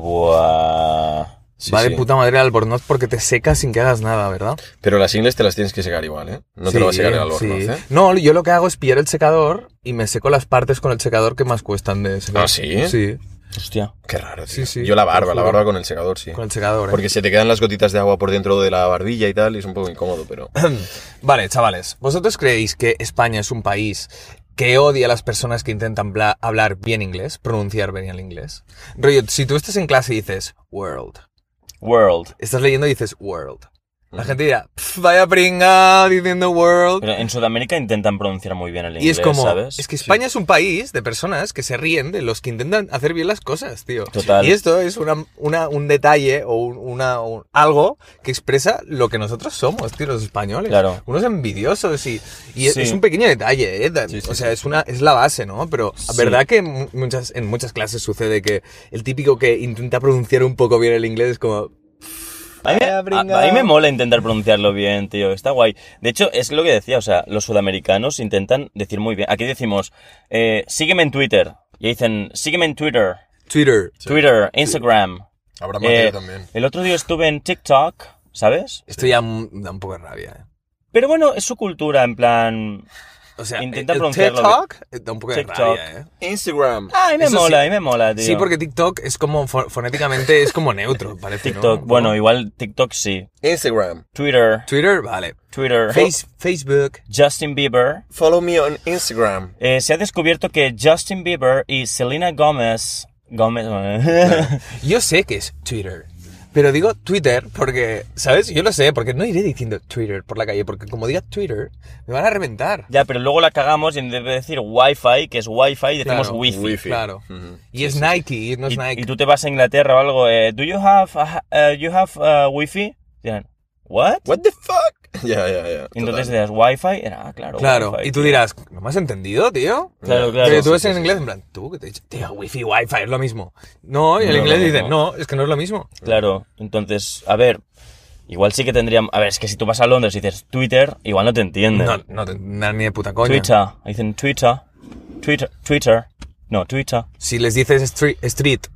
buah... sí, Va de sí. puta madre el albornoz porque te seca sin que hagas nada, ¿verdad? Pero las ingles te las tienes que secar igual, ¿eh? No te lo va a Sí, secar el albornoz, sí. ¿eh? No, yo lo que hago es pillar el secador y me seco las partes con el secador que más cuestan de secar. ¿Ah, sí? Sí, Hostia. Qué raro, tío. Sí, sí, Yo la te barba, la juro. barba con el secador, sí. con el secador. ¿eh? Porque se te quedan las gotitas de agua por dentro de la barbilla y tal, y es un poco incómodo, pero... Vale, chavales, ¿vosotros creéis que España es un país que odia a las personas que intentan bla- hablar bien inglés, pronunciar bien el inglés? Rollo, si tú estás en clase y dices world, World. estás leyendo y dices world. La gente dirá, "Pf, vaya pringa diciendo world. Pero en Sudamérica intentan pronunciar muy bien el inglés, Y es como, ¿sabes? es que España es un país de personas que se ríen de los que intentan hacer bien las cosas, tío. Total. Y esto es una, una- un detalle o un- una, un- algo que expresa lo que nosotros somos, tío, los españoles. Claro. Unos envidiosos y, y es- Sí. es un pequeño detalle, ¿eh? Da- o sea, es, una, es la base, ¿no? Pero Sí. verdad que mu- muchas, en muchas clases sucede que el típico que intenta pronunciar un poco bien el inglés es como... A mí, Vaya a- pringao. a mí me mola intentar pronunciarlo bien, tío. Está guay. De hecho, es lo que decía, o sea, los sudamericanos intentan decir muy bien. Aquí decimos, eh, sígueme en Twitter. Y dicen, sígueme en Twitter. Twitter. Twitter, Instagram. Habrá Eh, El otro día estuve en TikTok, ¿sabes? Esto ya mm, da un poco de rabia, ¿eh? Pero bueno, es su cultura, en plan. O sea, Intenta el- el pronunciarlo TikTok eh, da un poco de TikTok. rabia, ¿eh? Instagram. Ah, y me Eso sí. mola, y me mola, tío. Sí, porque TikTok es como fo- fonéticamente es como neutro, parece. ¿no? TikTok, Un bueno, poco. igual TikTok sí. Instagram. Twitter, Twitter, vale. Twitter. Face- Facebook. Justin Bieber. Follow me on Instagram. Eh, se ha descubierto que Justin Bieber y Selena Gomez. Gomez. Yo sé que es Twitter. Pero digo Twitter porque, ¿sabes? Yo lo sé, porque no iré diciendo Twitter por la calle, porque como diga Twitter, me van a reventar. ya, pero luego la cagamos y en vez de decir Wi-Fi, que es Wi-Fi, decimos Claro, Wi-Fi. Wi-Fi. Claro. Ujú. Y es Nike, y no es Y, Nike. y tú te vas a Inglaterra o algo, eh, ¿Do you have, a- eh, you have eh, Wi-Fi? Dirán, ¿what? What the fuck? Ya, ya, ya. Y entonces dirás, ¿Wi-Fi? Era, ah, claro. claro. Wi-Fi, Y tú tío". dirás, ¿no me has entendido, tío? Claro, claro. Pero tú sí, ves sí, en sí. inglés, en plan, tú que te dices, tío, wifi, wifi, es lo mismo. No, y el No, inglés no, dice, no. no, es que no es lo mismo. Claro, entonces, a ver, igual sí que tendríamos. A ver, es que si tú vas a Londres y dices Twitter, igual no te entienden. No, no, te- na- ni de puta coña. Twitter, dicen Twitter, Twitter, Twitter, no, Twitter. Si les dices street, street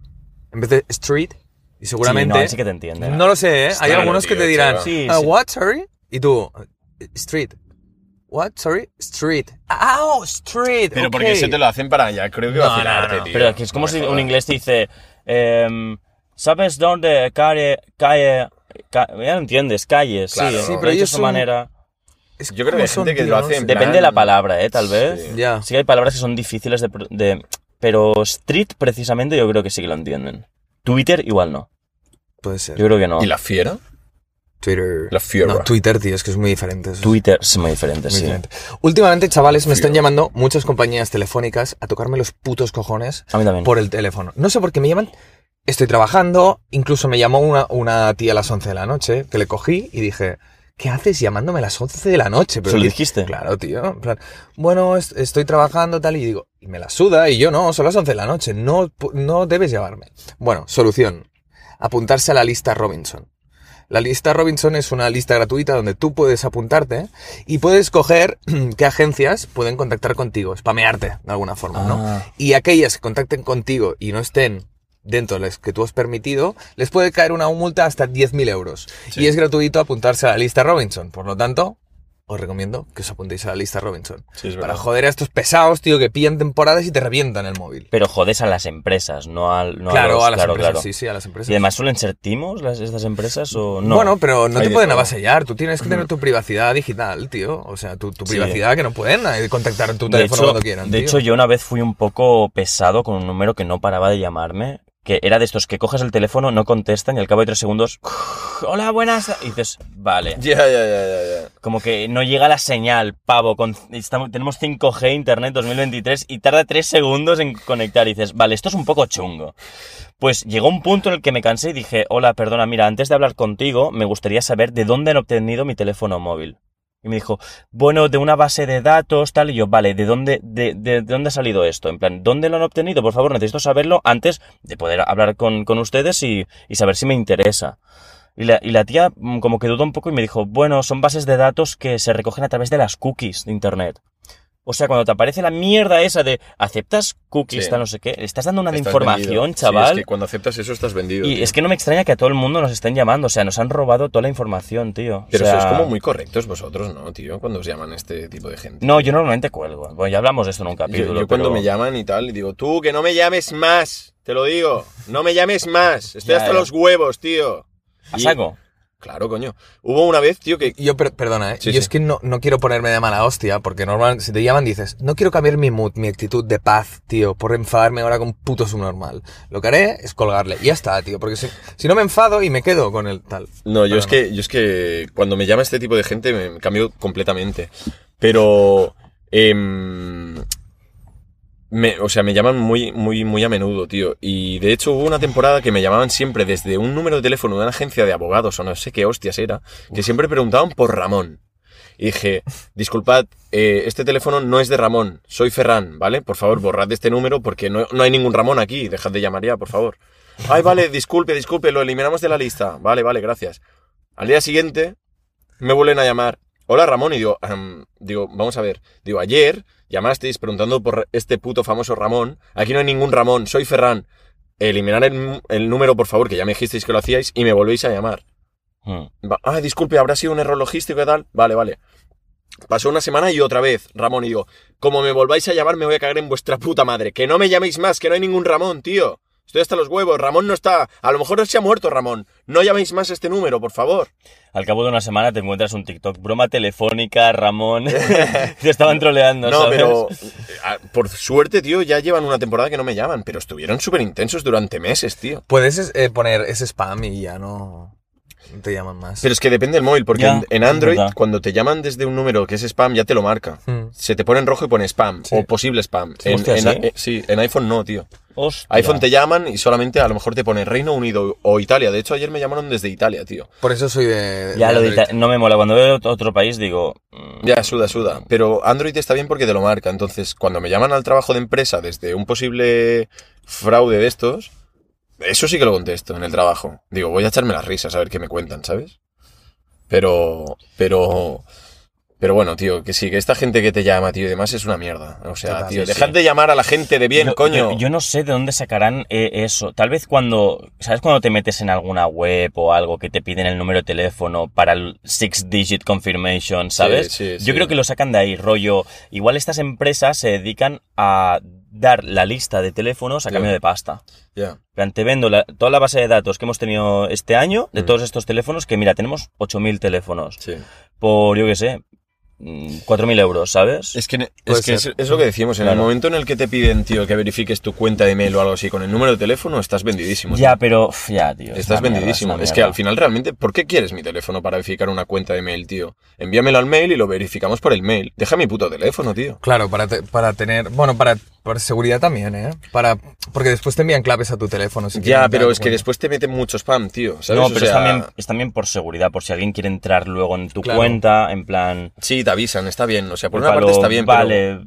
en vez de street, y seguramente... Sí, no, sí que te entienden. No lo sé, ¿eh? Hay Claro, algunos que tío, te dirán, chaval. Sí, "Ah, sí. what, sorry? Y tú, street. What, sorry? Street. Ah, oh, street. Pero ok. porque se te lo hacen para allá, creo que No, vacilarte, no, no. tío. Pero aquí es como No si jodas. un inglés te dice, em, ¿sabes dónde calle, calle, ca- ya lo entiendes, calles, Claro. sí, Sí, pero pero de ellos su son- manera. Es Yo creo que como hay son, gente que tío, lo no hace en sé. plan- Depende de la palabra, ¿eh? Tal vez. Sí. Ya. Sí que hay palabras que son difíciles de, pro- de- Pero street, precisamente, yo creo que sí que lo entienden. Twitter, igual no. Puede ser. Yo creo que no. ¿Y la fiera? Twitter. La fierra. No, Twitter, tío, es que es muy diferente. eso. Twitter es muy diferente, Muy sí. diferente. Últimamente, chavales, me están llamando muchas compañías telefónicas a tocarme los putos cojones A mí también. por el teléfono. No sé por qué me llaman. Estoy trabajando, incluso me llamó una, una tía a las 11 de la noche, que le cogí y dije, ¿qué haces llamándome a las 11 de la noche? ¿Se lo tío, dijiste? Claro, tío. En plan, bueno, es- estoy trabajando tal y digo, y me la suda y yo no, son las 11 de la noche, no, pu- no debes llamarme. Bueno, solución, apuntarse a la lista Robinson. La lista Robinson es una lista gratuita donde tú puedes apuntarte y puedes coger qué agencias pueden contactar contigo, spamearte de alguna forma, ¿no? Ah. Y aquellas que contacten contigo y no estén dentro de las que tú has permitido, les puede caer una multa hasta 10.000 euros. Y es gratuito apuntarse a la lista Robinson. Por lo tanto, os recomiendo que os apuntéis a la lista Robinson. Sí, es para verdad. joder a estos pesados, tío, que pillan temporadas y te revientan el móvil. Pero jodes a las empresas, no al. No claro, los- a las claro, empresas. claro. Sí, sí, a las empresas. Y además suelen ser timos las, estas empresas o no. Bueno, pero no Hay te de pueden todo. avasallar. Tú tienes que tener tu privacidad digital, tío. O sea, tu, tu Mm. Sí. privacidad que no pueden eh, contactar tu de teléfono hecho, cuando quieran. de tío. hecho, yo una vez fui un poco pesado con un número que no paraba de llamarme, que era de estos que coges el teléfono, no contestan y al cabo de tres segundos, hola, buenas, y dices, vale. Ya, ya, ya, ya, ya. Como que no llega la señal, pavo. con- estamos- tenemos 5G, Internet 2023 y tarda 3 segundos en conectar. Y dices, vale, esto es un poco chungo. Pues llegó un punto en el que me cansé y dije, hola, perdona, mira, antes de hablar contigo, me gustaría saber de dónde han obtenido mi teléfono móvil. Y me dijo, bueno, de una base de datos, tal. Y yo, vale, ¿de dónde, de, de- de dónde ha salido esto? En plan, ¿dónde lo han obtenido? Por favor, necesito saberlo antes de poder hablar con, con ustedes y, y saber si me interesa. Y la, y la tía mm, como que dudó un poco y me dijo, bueno, son bases de datos que se recogen a través de las cookies de Internet. O sea, cuando te aparece la mierda esa de aceptas cookies, Sí. tal, no sé qué, le estás dando una de Estás información, vendido. Sí, chaval. es que cuando aceptas eso estás vendido. Y tío. es que no me extraña que a todo el mundo nos estén llamando, o sea, nos han robado toda la información, tío. O Pero sea, sois como muy correctos vosotros, ¿no, tío? Cuando os llaman este tipo de gente. No, yo normalmente cuelgo. Bueno, ya hablamos de esto en un Yo- capítulo. yo, cuando pero- me llaman y tal, y digo, tú, que no me llames más, te lo digo, no me llames más, estoy Ya, hasta ya. los huevos, tío. ¿A Y- saco? Claro, coño. Hubo una vez, tío, que... Yo, per- perdona, ¿eh? Sí, sí. yo es que no, no quiero ponerme de mala hostia, porque normalmente si te llaman dices, no quiero cambiar mi mood, mi actitud de paz, tío, por enfadarme ahora con un puto subnormal. Lo que haré es colgarle. Y ya está, tío, porque si, si no me enfado y me quedo con el tal. No, yo Pero es que, yo es que cuando me llama este tipo de gente me, me cambio completamente. Pero... em, me- o sea, me llaman muy, muy, muy a menudo, tío. Y de hecho hubo una temporada que me llamaban siempre desde un número de teléfono de una agencia de abogados o no sé qué hostias era, que siempre preguntaban por Ramón. Y dije, disculpad, eh, este teléfono no es de Ramón, soy Ferran, ¿vale? Por favor, borrad este número porque no, no hay ningún Ramón aquí, dejad de llamar ya, por favor. Ay, vale, disculpe, disculpe, lo eliminamos de la lista. Vale, vale, gracias. Al día siguiente me vuelven a llamar. Hola Ramón, y digo, "Am, digo, vamos a ver. Digo, ayer llamasteis preguntando por este puto famoso Ramón. Aquí no hay ningún Ramón, soy Ferran. Eliminar el, nu- el número, por favor, que ya me dijisteis que lo hacíais y me volvéis a llamar. Mm. Va- Ah, disculpe, habrá sido un error logístico y tal. Vale, vale. Pasó una semana y otra vez, Ramón, y digo, como me volváis a llamar, me voy a cagar en vuestra puta madre. Que no me llaméis más, que no hay ningún Ramón, tío. Estoy hasta los huevos, Ramón no está. A lo mejor se ha muerto Ramón. No llaméis más a este número, por favor. Al cabo de una semana te encuentras un TikTok. Broma telefónica, Ramón. te estaban troleando, No, ¿sabes? pero a- por suerte, tío, ya llevan una temporada que no me llaman, pero estuvieron súper intensos durante meses, tío. Puedes eh, poner ese spam y ya no no te llaman más. Pero es que depende del móvil, porque Ya, en, en es Android, verdad. cuando te llaman desde un número que es spam, ya te lo marca. Mm. Se te pone en rojo y pone spam, Sí. o posible spam. En, Hostia, en ¿sí? a- eh, sí, en iPhone no, tío. Hostia. iPhone te llaman y solamente a lo mejor te pone Reino Unido o Italia. De hecho, ayer me llamaron desde Italia, tío. Por eso soy de... Ya de lo de Android. Ita- No me mola. Cuando veo ot- otro país digo. mm, Ya, suda, suda. Pero Android está bien porque te lo marca. Entonces, cuando me llaman al trabajo de empresa desde un posible fraude de estos, eso sí que lo contesto en el trabajo. Digo, voy a echarme las risas a ver qué me cuentan, ¿sabes? Pero, pero, pero bueno, tío, que sí, que esta gente que te llama, tío, y demás es una mierda. O sea, Total, tío, sí, dejad de llamar a la gente de bien, yo- coño. Yo, yo no sé de dónde sacarán eh, eso. Tal vez cuando. ¿Sabes cuando te metes en alguna web o algo que te piden el número de teléfono para el six digit confirmation, ¿sabes? sí, sí. Yo creo que lo sacan de ahí, rollo. Igual estas empresas se dedican a dar la lista de teléfonos a Ya. cambio de pasta. Ya. En plan, te vendo la- toda la base de datos que hemos tenido este año, Mm. de todos estos teléfonos, que mira, tenemos 8.000 teléfonos, Sí. por, yo qué sé, mm, 4.000 euros, ¿sabes? Es que, ne- Puede es, que es, ser. es lo que decimos, en Claro. el momento en el que te piden, tío, que verifiques tu cuenta de email o algo así con el número de teléfono, estás vendidísimo. tío. ya, pero, uf, ya, tío. es Estás una mierda, vendidísimo. una es que al mierda. final realmente, ¿por qué quieres mi teléfono para verificar una cuenta de mail, tío? Envíamelo al mail y lo verificamos por el mail. Deja mi puto teléfono, tío. Claro, para, te- para tener... Bueno, para, para seguridad también, ¿eh? Para, porque después te envían claves a tu teléfono. si Ya, quieren pero dar es que cuenta. después te meten mucho spam, tío. ¿sabes? No, O pero es, sea, también, es también por seguridad, por si alguien quiere entrar luego en tu Claro. cuenta, en plan... Sí, te avisan, está bien. O sea, por una palo, parte está bien, pero... Vale,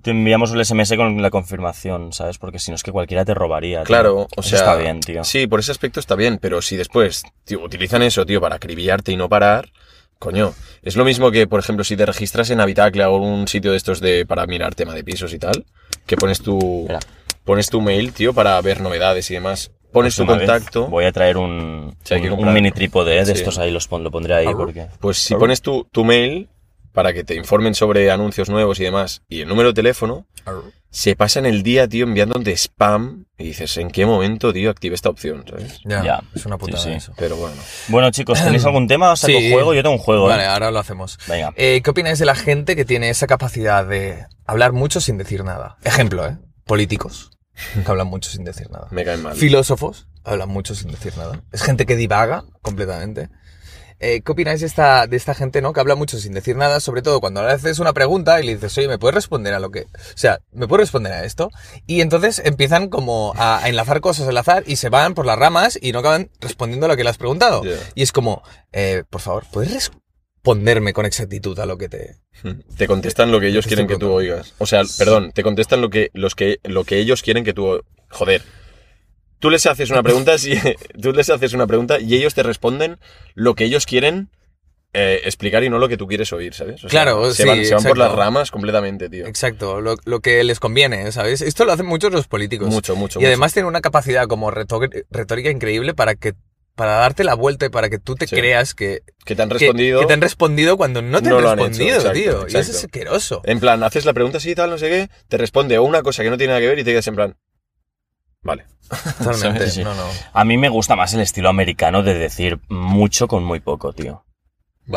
te enviamos el SMS con la confirmación, ¿sabes? Porque si no es que cualquiera te robaría. tío. Claro, o Eso sea... está bien, tío. Sí, por ese aspecto está bien, pero si después tío, utilizan eso, tío, para acribillarte y no parar... Coño, es lo mismo que, por ejemplo, si te registras en Habitacle o un sitio de estos de para mirar tema de pisos y tal, que pones tu... Espera. Pones tu mail, tío, para ver novedades y demás. Pones Próxima tu Pues vez contacto. Voy a traer un, Sí, hay que un- un comprar. mini trípode ¿eh? de Sí. estos ahí, los pon- lo pondré ahí Algo. porque... Pues si pones tu, tu mail para que te informen sobre anuncios nuevos y demás, y el número de teléfono, se pasan el día, tío, enviándote spam y dices, ¿en qué momento, tío, activé esta opción? ¿sabes? Ya, Ya. es una putada Sí, sí. eso. Pero bueno. Bueno, chicos, ¿tenéis algún tema? ¿Os saco Sí. juego? Yo tengo un juego. ¿eh? Vale, ahora lo hacemos. Venga. Eh, ¿Qué opináis de la gente que tiene esa capacidad de hablar mucho sin decir nada? Ejemplo, ¿eh? Políticos que hablan mucho sin decir nada. Me caen mal. Filósofos hablan mucho sin decir nada. Es gente que divaga completamente. Eh, ¿Qué opináis de esta, de esta gente, no? Que habla mucho sin decir nada, sobre todo cuando le haces una pregunta y le dices, oye, ¿me puedes responder a lo que...? O sea, ¿me puedes responder a esto? Y entonces empiezan como a, a enlazar cosas al azar y se van por las ramas y no acaban respondiendo a lo que le has preguntado. Yeah. Y es como, eh, por favor, ¿puedes responderme con exactitud a lo que te...? Te contestan lo que ellos Te quieren que estoy tú oigas. O sea, perdón, te contestan lo que, los que, lo que ellos quieren que tú... o- Joder. Tú les haces una pregunta, sí, tú les haces una pregunta y ellos te responden lo que ellos quieren eh, explicar y no lo que tú quieres oír, ¿sabes? O sea, Claro, se sí, van, se van por exacto. las ramas completamente, tío. Exacto, lo, lo que les conviene, ¿sabes? Esto lo hacen muchos los políticos. Mucho, mucho. Y además tiene una capacidad como retor- retórica increíble para que para darte la vuelta y para que tú te Sí. creas que, mucho. que te han que- respondido. que te han respondido cuando no te No han lo han hecho, respondido, exacto, tío. Y eso es exacto. asqueroso. En plan, haces la pregunta así y tal, no sé qué, te responde una cosa que no tiene nada que ver y te quedas en plan. Vale. Totalmente. Sí. No, no. A mí me gusta más el estilo americano de decir mucho con muy poco, tío.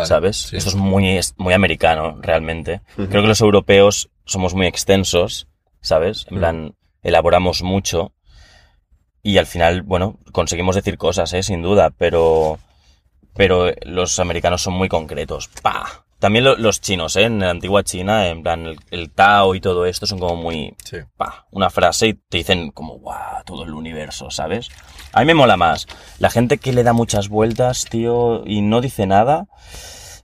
¿Sabes? Eso es muy, es muy americano, realmente. Creo que los europeos somos muy extensos, ¿sabes? En plan, elaboramos mucho y al final, bueno, conseguimos decir cosas, ¿eh? Sin duda, pero, pero los americanos son muy concretos. ¡Pah! También lo- los chinos, ¿eh? En la antigua China, en plan, el, el Tao y todo esto son como muy... Sí. ¡Pah! Una frase y te dicen como, ¡guau! Todo el universo, ¿sabes? A mí me mola más. La gente que le da muchas vueltas, tío, y no dice nada,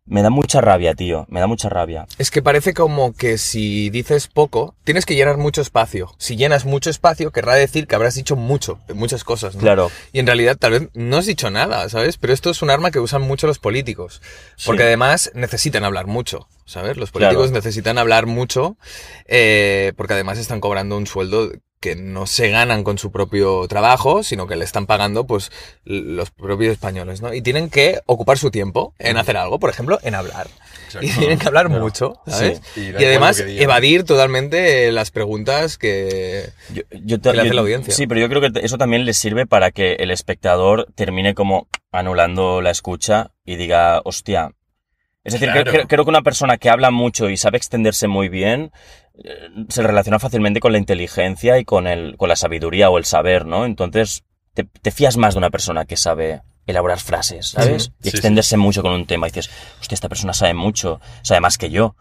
me da mucha rabia, tío. Me da mucha rabia. Es que parece como que si dices poco, tienes que llenar mucho espacio. Si llenas mucho espacio, querrá decir que habrás dicho mucho, muchas cosas, ¿no? Claro. Y en realidad tal vez no has dicho nada, ¿sabes? Pero esto es un arma que usan mucho los políticos. Porque además necesitan hablar mucho, ¿sabes? Los Claro. políticos necesitan hablar mucho eh, porque además están cobrando un sueldo que no se ganan con su propio trabajo, sino que le están pagando pues Mm. l- los propios españoles, ¿no? Y tienen que ocupar su tiempo en hacer algo, por ejemplo, en hablar. y tienen que hablar mucho, ¿sabes? Sí. Y Y, da igual además lo que digan. evadir totalmente las preguntas que... Yo, yo ta- Que le hace yo- la audiencia. Sí, pero yo creo que te- eso también les sirve para que el espectador termine como anulando la escucha y diga, hostia. Es decir, creo- Claro. creo, creo que una persona que habla mucho y sabe extenderse muy bien eh, se relaciona fácilmente con la inteligencia y con, el, con la sabiduría o el saber, ¿no? Entonces, te, te fías más de una persona que sabe elaborar frases, ¿sabes? Sí, y extenderse mucho con un tema. Y dices, hostia, esta persona sabe mucho, sabe más que yo.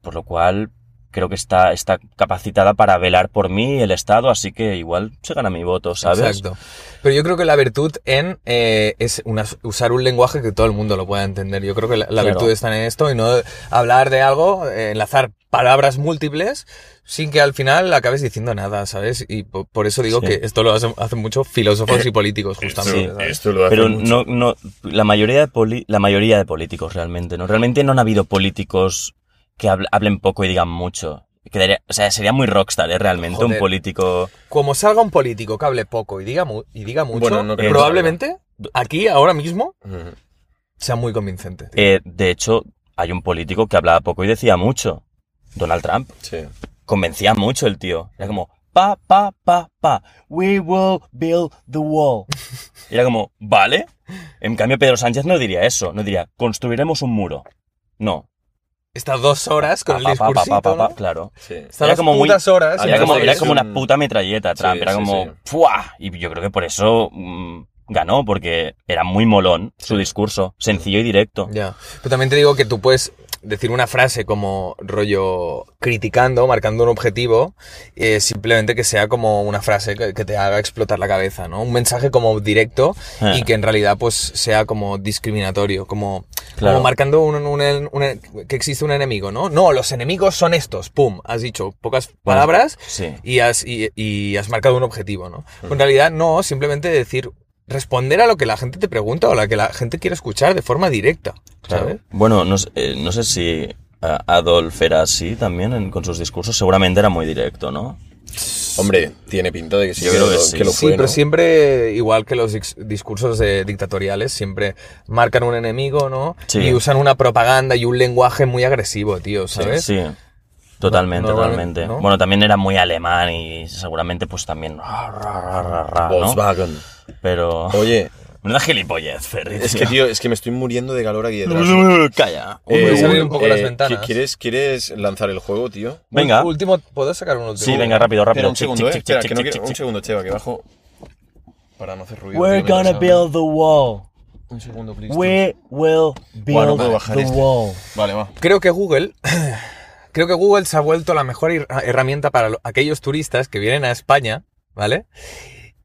Por lo cual, creo que está, está capacitada para velar por mí y el Estado, así que igual se gana mi voto, ¿sabes? Exacto. Pero yo creo que la virtud en eh, es una- usar un lenguaje que todo el mundo lo pueda entender. Yo creo que la, la Claro. virtud está en esto y no hablar de algo, eh, enlazar palabras múltiples sin que al final acabes diciendo nada, ¿sabes? Y po- por, eso digo Sí. Eh, que esto lo hace- hacen muchos filósofos y políticos, justamente. Sí. ¿sabes? Esto lo hace Pero mucho. no, no, la mayoría de poli- la mayoría de políticos realmente, ¿no? Realmente no han habido políticos que habl- hablen poco y digan mucho. Quedaría- o sea, sería muy rockstar, ¿eh? Realmente Joder. un político. Como salga un político que hable poco y diga, mu- y diga mucho, Bueno, no creo que probablemente aquí, ahora mismo, Mm. sea muy convincente. Eh, de hecho, hay un político que hablaba poco y decía mucho. Donald Trump. Sí. Convencía mucho el tío. Era como, pa, pa, pa, pa. We will build the wall. Y era como, vale. En cambio, Pedro Sánchez no diría eso. No diría, construiremos un muro. No. Está dos horas con Pa, el pa, pa, pa, discursito, pa, pa, ¿no? claro. Sí. Está Era las como muy- putas horas. Era Además, como, Ah, sí, era es como una un- puta metralleta, Trump. Sí, era sí, como, sí. ¡fua! Y yo creo que por eso mm, ganó, porque era muy molón su discurso, sencillo y directo. Ya. Pero también te digo que tú puedes decir una frase como rollo criticando, marcando un objetivo, eh, simplemente que sea como una frase que, que te haga explotar la cabeza, ¿no? Un mensaje como directo Eh. y que en realidad pues sea como discriminatorio, como, Claro. como marcando un, un- un- un- que existe un enemigo, ¿no? No, los enemigos son estos, pum, has dicho pocas Bueno, palabras Sí. y has, y, y has marcado un objetivo, ¿no? En realidad no, simplemente decir, responder a lo que la gente te pregunta o a lo que la gente quiere escuchar de forma directa, Claro. ¿sabes? Bueno, no, sé- eh, no sé si eh, Adolf era así también en- con sus discursos. Seguramente era muy directo, ¿no? Hombre, tiene pinta de que sí, Yo que, creo lo, que sí. que lo Sí, fue, Sí, pero ¿no? siempre, igual que los dis- discursos de dictatoriales, siempre marcan un enemigo, ¿no? Sí. Y usan una propaganda y un lenguaje muy agresivo, tío, ¿sabes? Sí. Totalmente, No- normalmente, totalmente. ¿no? Bueno, también era muy alemán y seguramente pues también... ra, ra, ra, ra, ra, ¿no? Volkswagen. Pero... Oye, Una gilipollez, Ferri. es que, tío. tío, es que me estoy muriendo de calor aquí detrás. eh, Calla. Hombre, se abren un poco las ¿qui- ventanas. ¿quieres, ¿Quieres lanzar el juego, tío? Venga. Un Último, ¿puedo sacar un último? Sí, venga, rápido, Espera rápido. un Chic, segundo, chic, eh. chic, Espera, chic, que no chic, quiero- chic, Un chic. segundo, Cheva, que bajo. Para no hacer ruido. We're tío, mientras gonna hablo. build the wall. Un segundo, please. We will Buah, build no puedo bajar the este. wall. Vale, va. Creo que Google. Creo que Google se ha vuelto la mejor her- herramienta para lo- aquellos turistas que vienen a España, ¿vale?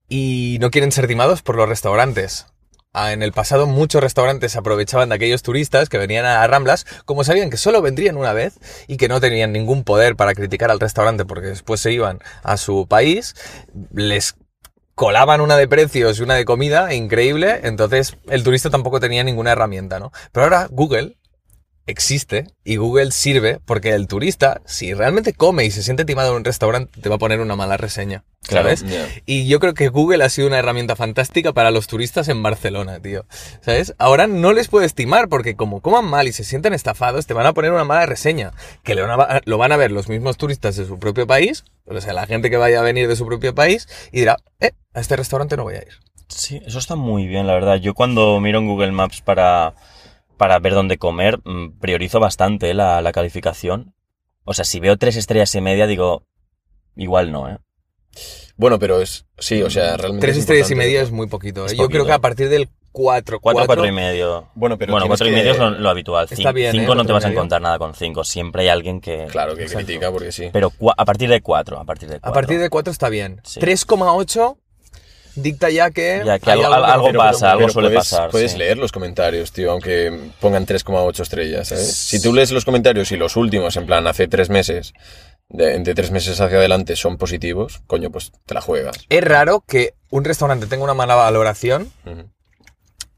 Y no quieren ser timados por los restaurantes. Ah, En el pasado muchos restaurantes aprovechaban de aquellos turistas que venían a las Ramblas, como sabían que solo vendrían una vez y que no tenían ningún poder para criticar al restaurante porque después se iban a su país, les colaban una de precios y una de comida increíble, entonces el turista tampoco tenía ninguna herramienta, ¿no? Pero ahora Google existe y Google sirve porque el turista, si realmente come y se siente timado en un restaurante, te va a poner una mala reseña, ¿sabes? Ya. Y yo creo que Google ha sido una herramienta fantástica para los turistas en Barcelona, tío. ¿Sabes? Ahora no les puedes timar porque como coman mal y se sienten estafados, te van a poner una mala reseña. Que le van a- lo van a ver los mismos turistas de su propio país, o sea, la gente que vaya a venir de su propio país, y dirá, eh, a este restaurante no voy a ir. Sí, eso está muy bien, la verdad. Yo cuando miro en Google Maps para, para ver dónde comer, mm, priorizo bastante eh, la, la calificación. O sea, si veo tres estrellas y media, digo, igual no, ¿eh? Bueno, pero es. Sí, o sea, realmente. Tres es estrellas y importante. media es muy poquito. ¿eh? Es yo poquito. creo que a partir del 4, Cuatro, cuatro y medio. Bueno, pero. bueno, tienes cuatro y que- medio es lo, lo habitual. está Cin- bien, ¿eh? cinco no te Cuatro y vas a medio. encontrar nada con cinco. Siempre hay alguien que... Claro que Exacto. critica porque sí. Pero cua- a partir de cuatro, a partir de A cuatro. partir de 4 está bien. Sí. 3,8 dicta ya que... Ya que hay algo- algo que no- pasa, algo suele puedes, pasar, Puedes sí. leer los comentarios, tío, aunque pongan 3,8 estrellas, ¿sabes? Si tú lees los comentarios y los últimos, en plan, hace tres meses, de, de tres meses hacia adelante, son positivos, coño, pues te la juegas. Es raro que un restaurante tenga una mala valoración Ujú.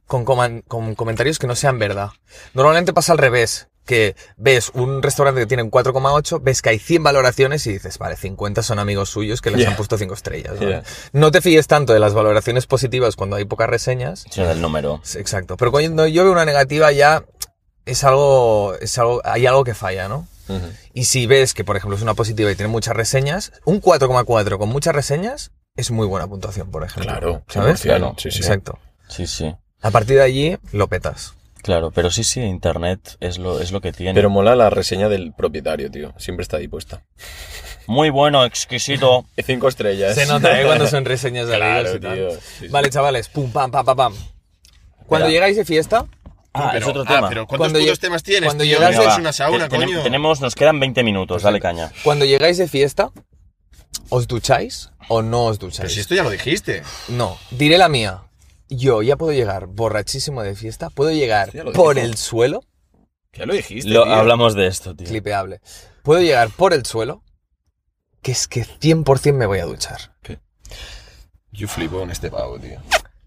con, coman- con comentarios que no sean verdad. Normalmente pasa al revés, que ves un restaurante que tiene un 4,8, ves que hay 100 valoraciones y dices, vale, 50 son amigos suyos que les Yeah. han puesto 5 estrellas. ¿vale? Yeah. No te fíes tanto de las valoraciones positivas cuando hay pocas reseñas. Sino del número. Sí, Exacto. Pero cuando yo veo una negativa ya es algo, es algo, hay algo que falla, ¿no? Ujú. Y si ves que, por ejemplo, es una positiva y tiene muchas reseñas, un 4,4 con muchas reseñas es muy buena puntuación, por ejemplo. Claro, ¿sabes? 100%, sí, sí. Exacto. Sí, sí. A partir de allí lo petas. Claro, pero sí, sí, Internet es lo, es lo que tiene. Pero mola la reseña del propietario, tío. Siempre está ahí puesta. Muy bueno, exquisito. Y Cinco estrellas. Se nota, ¿eh? Cuando son reseñas de Claro, amigos y tal. tío. Sí, sí. Vale, chavales, pum, pam, pam, pam, pam. Cuando Espera. llegáis de fiesta, Ah, pero, es otro ah, tema. pero ¿cuántos Cuando putos lleg- temas tienes? cuando tío? llegas Venga, es va. una sauna, Te- tenem- coño. Tenemos, nos quedan 20 minutos, dale caña. cuando llegáis de fiesta, ¿os ducháis o no os ducháis? Pero Pues si esto ya lo dijiste. No, diré la mía. Yo ya puedo llegar borrachísimo de fiesta, puedo llegar Sí, ya lo por dijo. el suelo, Ya lo dijiste. Lo, tío. hablamos de esto, tío. clipeable, puedo llegar por el suelo, que es que 100% me voy a duchar. Yo flipo con este pavo, tío.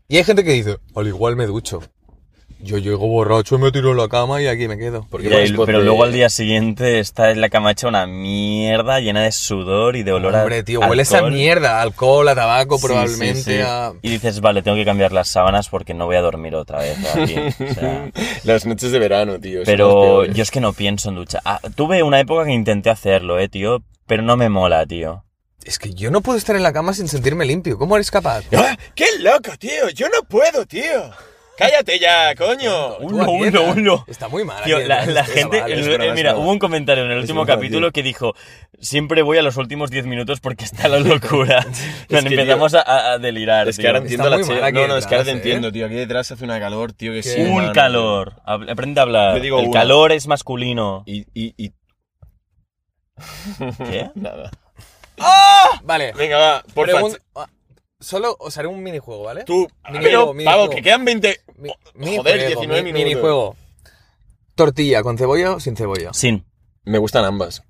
Y hay gente que dice, al igual me ducho. Yo llego borracho, me tiro en la cama y aquí me quedo. ¿Por qué Ya, pones y- voz pero de- luego al día siguiente está en la cama hecha una mierda llena de sudor y de olor a. Hombre, tío, huele esa alcohol. mierda, a alcohol, a tabaco, Sí, probablemente, sí, sí. a... Y dices, vale, tengo que cambiar las sábanas porque no voy a dormir otra vez aquí. O sea, Las noches de verano, tío. son las pero peores. yo es que no pienso en ducha. Ah, tuve una época que intenté hacerlo, eh, tío, pero no me mola, tío. Es que yo no puedo estar en la cama sin sentirme limpio. ¿Cómo eres capaz? ¡Ah! ¡Qué loco, tío! ¡Yo no puedo, tío! ¡Cállate ya, coño! Tú, Ulo, a dieta. ulo, ulo. Está muy mal. Tío, a la, dieta, la este gente. chaval. el- es broma, eh, es mira, broma. hubo un comentario en el Es último broma, capítulo tío. que dijo: Siempre voy a los últimos 10 minutos porque está la locura. que, tío, empezamos a- a, a delirar. Es que tío. ahora entiendo Está la muy mal chela. aquí No, no, es que ahora te detrás, ¿eh? entiendo, tío. Aquí detrás hace una calor, tío, que sí. Sí, un mano. calor. Hab- Aprende a hablar. Yo digo el uno. calor es masculino. Y, y, y... ¿Qué? Nada. Ah, Vale. Venga, va, por pregun- favor. ah, Solo os haré un minijuego, ¿vale? Tú, Minijuego, pero, pavo, minijuego. que quedan 20... Mi- Joder, minijuego, 19 mi- minutos. Minijuego. Tortilla, ¿con cebolla o sin cebolla? Sin. Me gustan ambas.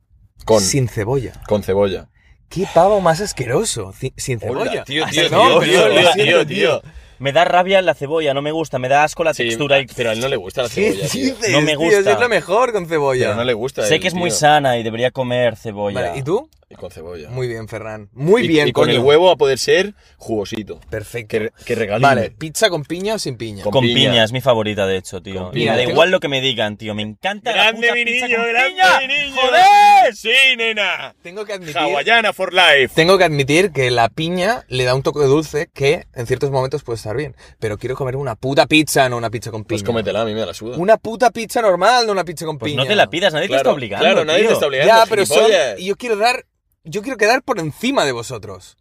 Con, Sin cebolla. con cebolla. ¿Qué pavo más asqueroso? Ci- Sin cebolla. Hola, tío, Ah, tío, no, tío, tío, tío, lo tío, siento, tío. Me da rabia la cebolla, no me gusta. Me da asco la Sí, ah, textura. y- pero a él no le gusta la ¿Qué cebolla, tío. dices, No me tío? gusta. Es lo mejor con cebolla. Pero no le gusta a sé él, que es muy tío. sana y debería comer cebolla. Vale, ¿y tú? Y Con cebolla. Muy bien, Ferran. Muy Y- bien, Y con coño. el huevo a poder ser jugosito. Perfecto. Que, re- que regaline. Vale, pizza con piña o sin piña. Con Con piña. piña. es mi favorita, de hecho, tío. Con Y piña. me da Tengo- igual lo que me digan, tío. Me encanta ¡Grande la puta mi pizza niño! con ¡Grande piña. mi niño! Pues ¡Joder! ¡Sí, nena! Tengo que admitir... Hawaiana for life. Tengo que admitir que la piña le da un toque dulce que en ciertos momentos puede estar bien. Pero quiero comer una puta pizza, no una pizza con piña. Pues cómetela, a mí me la suda. Una puta pizza normal, no una pizza con Pues piña. no te la pidas, nadie te está obligando, Claro, nadie tío. te está obligando. Ya, pero son, gilipollas. y yo quiero dar, yo quiero quedar por encima de vosotros.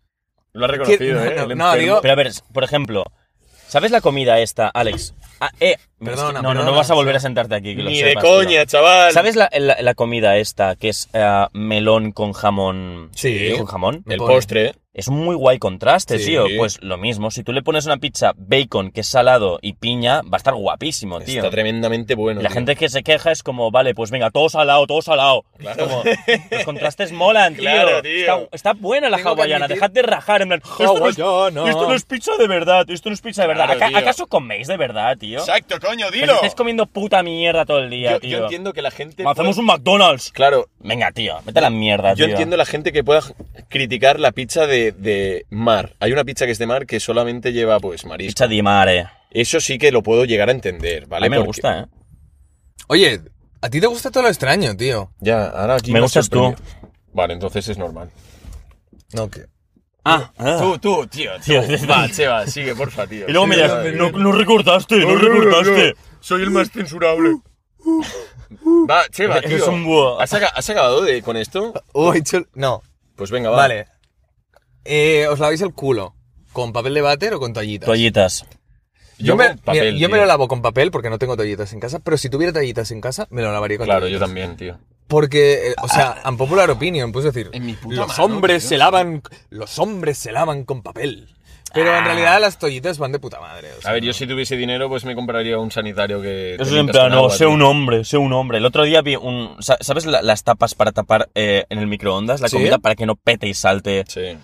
Lo has reconocido, Quiero- no, ¿eh? no, El no, enfermo. digo- Pero a ver, por ejemplo, ¿sabes la comida esta, Alex? Ah, eh, no, no, Perdona, no perdona, vas a volver sí. a sentarte aquí. que lo Ni de sepas, coña, tío. chaval. ¿Sabes la, la- la comida esta que es eh, melón con jamón? Sí. ¿Con jamón? Me El pone. postre. eh, Es un muy guay contraste, Sí. tío. Pues lo mismo, si tú le pones una pizza bacon que es salado y piña, va a estar guapísimo, tío. Está tremendamente bueno. Y la tío. gente que se queja es como, vale, pues venga, todo salado, todo salado. Es Claro. como, los contrastes molan, tío. Claro, tío. Está, está buena la Tengo que hawaiana, admitir- dejad de rajar, en plan, esto no, es, Hawaiana. esto no es pizza de verdad, esto no es pizza de verdad. Claro, Aca- tío. ¿Acaso coméis de verdad, tío? Exacto, coño, Pero dilo. estáis comiendo puta mierda todo el día, Yo, yo tío. entiendo que la gente. Hacemos puede- un McDonald's. Claro. Venga, tío, vete a la mierda, Yo tío. entiendo la gente que pueda criticar la pizza de, de mar. Hay una pizza que es de mar que solamente lleva, pues, marisco. Pizza di mare. Eso sí que lo puedo llegar a entender, ¿vale? a mí me Porque- gusta, ¿eh? Oye, a ti te gusta todo lo extraño, tío. Ya, ahora aquí Me has gustas tú. sorprendido. Vale, entonces es normal. No, que... Ah, ah. tú, tío, Tío, Va, Cheva, sigue, porfa, tío. Y luego me dirás, no, no recortaste, no, recortaste. Soy el más censurable. Va, Cheva, tío. Eres un búho. ¿Has, aca- has acabado de, con esto? Uy, chul- No, Pues venga, va. vale. Eh, ¿Os laváis el culo? ¿Con papel de váter o con toallitas? Toallitas. Yo, me, con papel, mira, yo me tío. lo lavo con papel porque no tengo toallitas en casa, pero si tuviera toallitas en casa, me lo lavaría con Claro, toallitas. yo también, Ah. tío. Porque, eh, o sea, un popular opinion, puedes decir, En mi puta los mano, hombres tío". se lavan, los hombres se lavan con papel. Pero Ah. en realidad las toallitas van de puta madre. o sea, A ver, yo si tuviese dinero, pues me compraría un sanitario que... Eso es en plan, no, sé un hombre, sé un hombre. El otro día vi un. sa- ¿Sabes la- las tapas para tapar eh, en el microondas? La Sí. comida para que no pete y salte. Sí.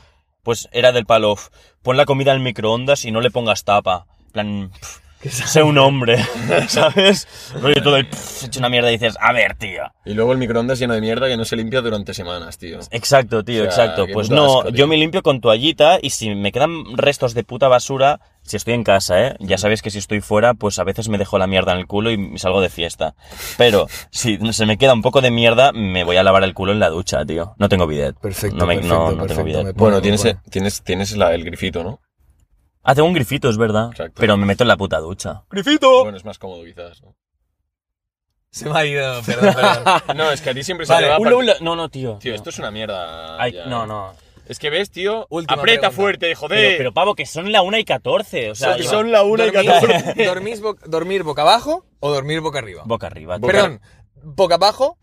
Pues era del palo. "Uf, Pon la comida en el microondas y no le pongas tapa. En plan. pf, sé un hombre, ¿sabes? Rollo todo el pff, hecho una mierda y dices, a ver, tío. Y luego el microondas lleno de mierda que no se limpia durante semanas, tío. Exacto, tío, O sea, exacto. qué Pues puto no, asco, yo tío. me limpio con toallita y si me quedan restos de puta basura, si estoy en casa, ¿eh? Ya sabéis que si estoy fuera, pues a veces me dejo la mierda en el culo y salgo de fiesta. Pero si se me queda un poco de mierda, me voy a lavar el culo en la ducha, tío. No tengo bidet. Perfecto, No, me- no- perfecto, no tengo perfecto, bidet. me pone Bueno, muy tienes, bueno. tienes, tienes la, el grifito, ¿no? Ah, tengo un grifito, es verdad. Exacto. Pero me meto en la puta ducha. Oh. Bueno, es más cómodo quizás, ¿no? Se me ha ido, perdón, perdón. No, es que a ti siempre Vale, se te va... Ula, apart- ula. No, no, tío. Tío, no. esto es una mierda. Ay, ya. eh. no, no. Es que ves, tío, Última aprieta pregunta. fuerte, Pero, joder. pero, pavo, que son la 1 y 14. O sea, son, yo- son la una y ¿Dormir, 14. dormís bo- ¿Dormir boca abajo o dormir boca arriba? boca arriba. tío. Perdón, boca abajo,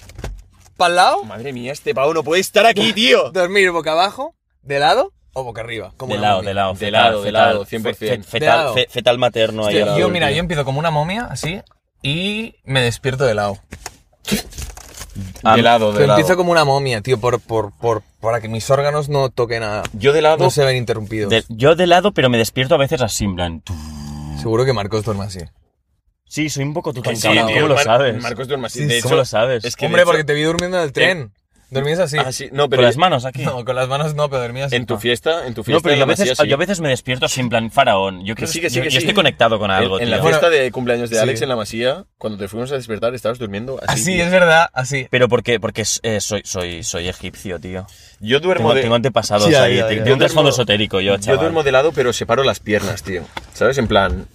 para lado, Madre mía, este pavo no puede estar aquí, tío. dormir boca abajo, de lado o boca arriba. como De una lado, momia. de lado. De fetal, lado, de fetal, lado, fe- 100%. fe- De Fetal, lado. fe- fetal materno ahí. Hostia, al lado, yo, mira, tío. yo empiezo como una momia, así, y me despierto de lado. Ah, de lado, Yo de lado. empiezo como una momia, tío, por, por, por, para que mis órganos no toquen a... Yo de lado. No se ven interrumpidos. De- yo de lado, pero me despierto a veces así, en plan. tu- Seguro que Marcos duerme así. Sí, soy un poco Que sí, tutankamón. tío, ¿Cómo lo Mar- sabes? Marcos duerme así. Sí, de ¿Cómo hecho, lo sabes? Es que Hombre, de hecho- porque te vi durmiendo en el tren. ¿Dormías así? Ah, sí, no, Con pero. las manos aquí. No, No, con las manos no, pero dormías así. En tu fiesta, en tu fiesta. pero en yo a, la masía, veces, sí. yo a veces me despierto así, en plan faraón. Yo creo Que que sí, que sí, yo- que yo sí. estoy conectado con En- algo, en, la tío. Bueno, fiesta de cumpleaños de sí. Alex en la masía, cuando te fuimos a despertar, estabas durmiendo Ah, así. Así, tío. es verdad, así. Pero porque, porque eh, soy, soy, soy egipcio, tío. Yo duermo Tengo, de. tengo antepasados Ya, ahí. ya, tío. ya. Tengo Yo un trasfondo duermo- esotérico yo, Yo chaval. duermo de lado, pero separo las piernas, tío. ¿Sabes? En plan.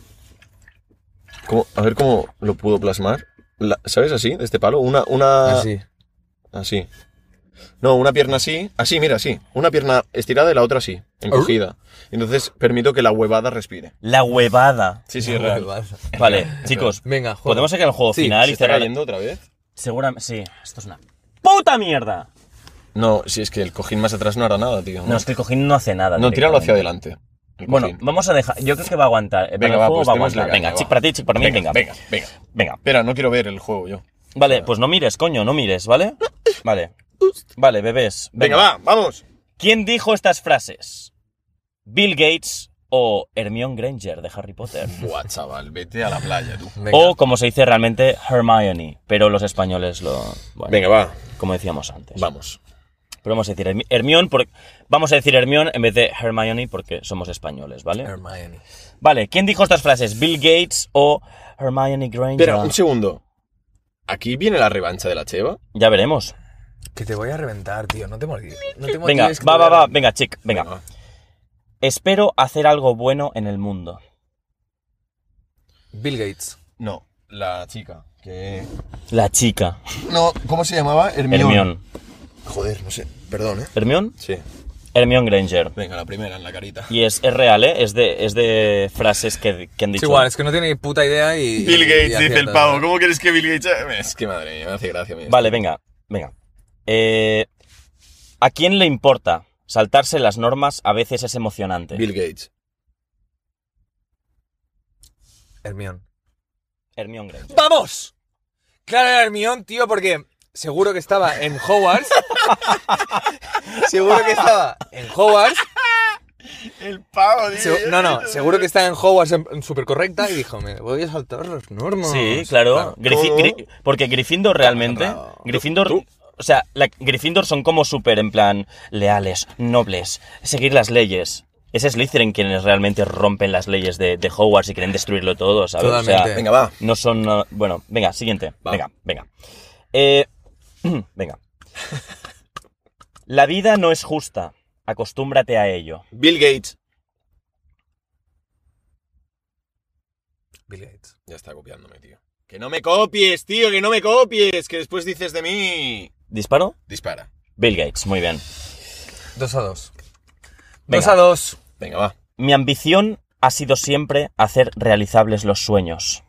¿cómo- a ver cómo lo puedo plasmar. La- ¿Sabes? Así, de este palo. Una. una Ah, Así. Así. No, una pierna así. Así, mira, así. Una pierna estirada y la otra así, encogida. Entonces permito que la huevada respire. La huevada. Sí, sí, Qué es real. guay. Vale, chicos. Venga, juego. ¿Podemos sacar el juego Sí, final ¿Se y está cerrar? cayendo otra vez? Seguramente. Sí, esto es una puta mierda. No, si es que el cojín más atrás no hará nada, tío. No, es que el cojín no hace nada. No, tíralo hacia directamente. adelante. el Bueno, cojín. vamos a dejar. Yo creo que va a aguantar. eh, para Venga, el va, juego pues va a démosle aguantar. caña, venga, va. chic para ti, chic para mí. Venga, venga, venga. venga. Espera, no quiero ver el juego yo. Vale, pues no mires, coño, no mires, ¿vale? Vale. Vale, bebés. Venga, va, vamos. ¿Quién dijo estas frases? ¿Bill Gates o Hermione Granger de Harry Potter? Buah, chaval, vete a la playa, tú. Venga. O, como se dice realmente, Hermione. Pero los españoles lo. bueno, Venga, va, Como decíamos antes. vamos. Pero vamos a decir Hermi- Hermione. por- Vamos a decir Hermione en vez de Hermione porque somos españoles, ¿vale? Hermione. Vale, ¿quién dijo estas frases? ¿Bill Gates o Hermione Granger? Espera, un segundo. ¿Aquí viene la revancha de la cheva? ya veremos. Que te voy a reventar, tío. No te motives. No te Venga, motives, que va, te va, voy a- va. Venga, chic, venga. Venga. Espero hacer algo bueno en el mundo. Bill Gates. No, la chica. Que... La chica. No, ¿cómo se llamaba? Hermión. Hermione. Joder, no sé. Perdón, ¿eh? ¿Hermione? Sí. Hermione Granger. Venga, la primera en la carita. Y es, es real, ¿eh? Es de, es de frases que, que han Es dicho. igual, es que no tiene ni puta idea y... Bill y Gates, dice el acierta, pavo. ¿no? ¿Cómo quieres que Bill Gates... haga? Es que madre mía, me hace gracia. mira. Vale, venga, venga. Eh, ¿A quién le importa? Saltarse las normas a veces es emocionante. Eh. Bill Gates. Hermione. Hermione Granger. ¡Vamos! Claro, era Hermión, tío, porque seguro que estaba en Hogwarts. seguro que estaba en Hogwarts. El pavo, tío. Se- no, no, seguro que estaba en Hogwarts en, en súper correcta y dijo, me voy a saltar las normas. Sí, claro. Grifi- ¿Cómo? gri- porque Gryffindor realmente. Claro. Gryffindor. O sea, la, Gryffindor son como súper, en plan, leales, nobles, seguir las leyes. Es Slytherin quienes realmente rompen las leyes de, de Hogwarts y quieren destruirlo todo, ¿sabes? O sea, Totalmente. Venga, va. No son. uh, bueno, venga, siguiente. Va. Venga, venga. Eh, venga. La vida no es justa. Acostúmbrate a ello. Bill Gates. Bill Gates. Ya está copiándome, tío. Que no me copies, tío, que no me copies, que después dices de mí. ¿Disparo? Dispara. Bill Gates, muy bien. Dos a dos. Venga. Dos a dos. Venga, va. Mi ambición ha sido siempre hacer realizables los sueños.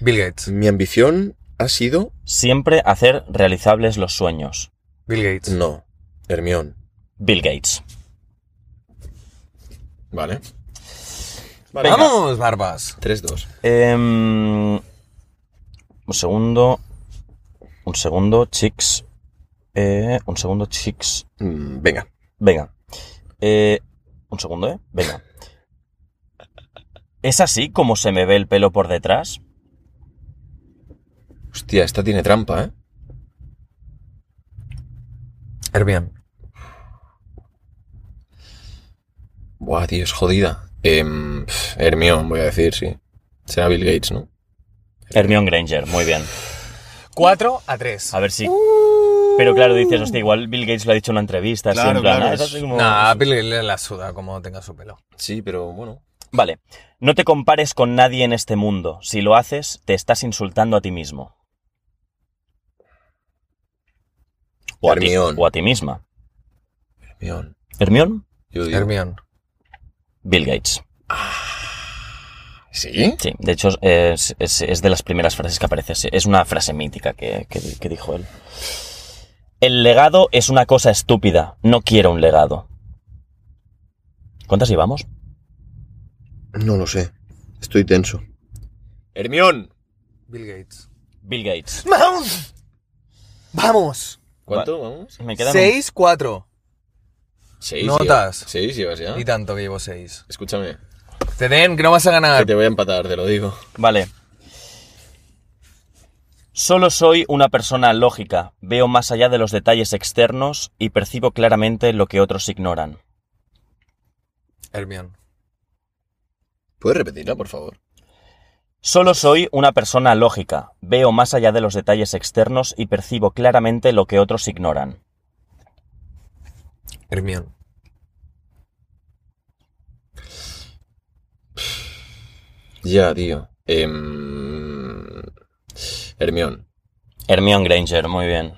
Bill Gates. Mi ambición ha sido. Siempre hacer realizables los sueños. Bill Gates. No. Hermión. Bill Gates. Vale. ¡Vamos, barbas! 3-2. Em, un segundo. Un segundo, chicks. Eh, un segundo, chicks. Mm, venga. Venga. Eh, un segundo, ¿eh? Venga. ¿Es así como se me ve el pelo por detrás? Hostia, esta tiene trampa, ¿eh? Herbian. Buah, tío, es jodida. Em, pf, Hermión, voy a decir, sí. Será Bill Gates, ¿no? Hermione Granger, muy bien. 4 a 3. A ver si. Pero claro, dices, hostia, igual Bill Gates lo ha dicho en una entrevista, así Claro, en plan. claro, "Ah, es es- así como- No, a Bill le la suda como tenga su pelo. Sí, pero bueno. Vale. No te compares con nadie en este mundo. Si lo haces, te estás insultando a ti mismo. O a, ti, Hermión. o a ti misma. Hermión. Hermión, Yo digo. Hermión. Bill Gates. ¿Sí? Sí, de hecho es, es- es de las primeras frases que aparece. sí, Es una frase mítica que, que di- que dijo él. El legado es una cosa estúpida. No quiero un legado. ¿Cuántas llevamos? No lo sé. Estoy tenso. Hermión. Bill Gates. Bill Gates. ¡Vamos! ¡Vamos! ¿Cuánto? Vamos. Me quedan un- 6, 4. Seis. Notas. lleva- Seis llevas ya. Y tanto que llevo 6. Escúchame. Te den que no vas a Que ganar. te voy a empatar, te lo digo. Vale. Solo soy una persona lógica, veo más allá de los detalles externos y percibo claramente lo que otros ignoran. Hermión. ¿Puedes repetirla, por favor? Solo soy una persona lógica, veo más allá de los detalles externos y percibo claramente lo que otros ignoran. Hermión. Ya, tío. Em, Hermión. Hermione Granger, muy bien.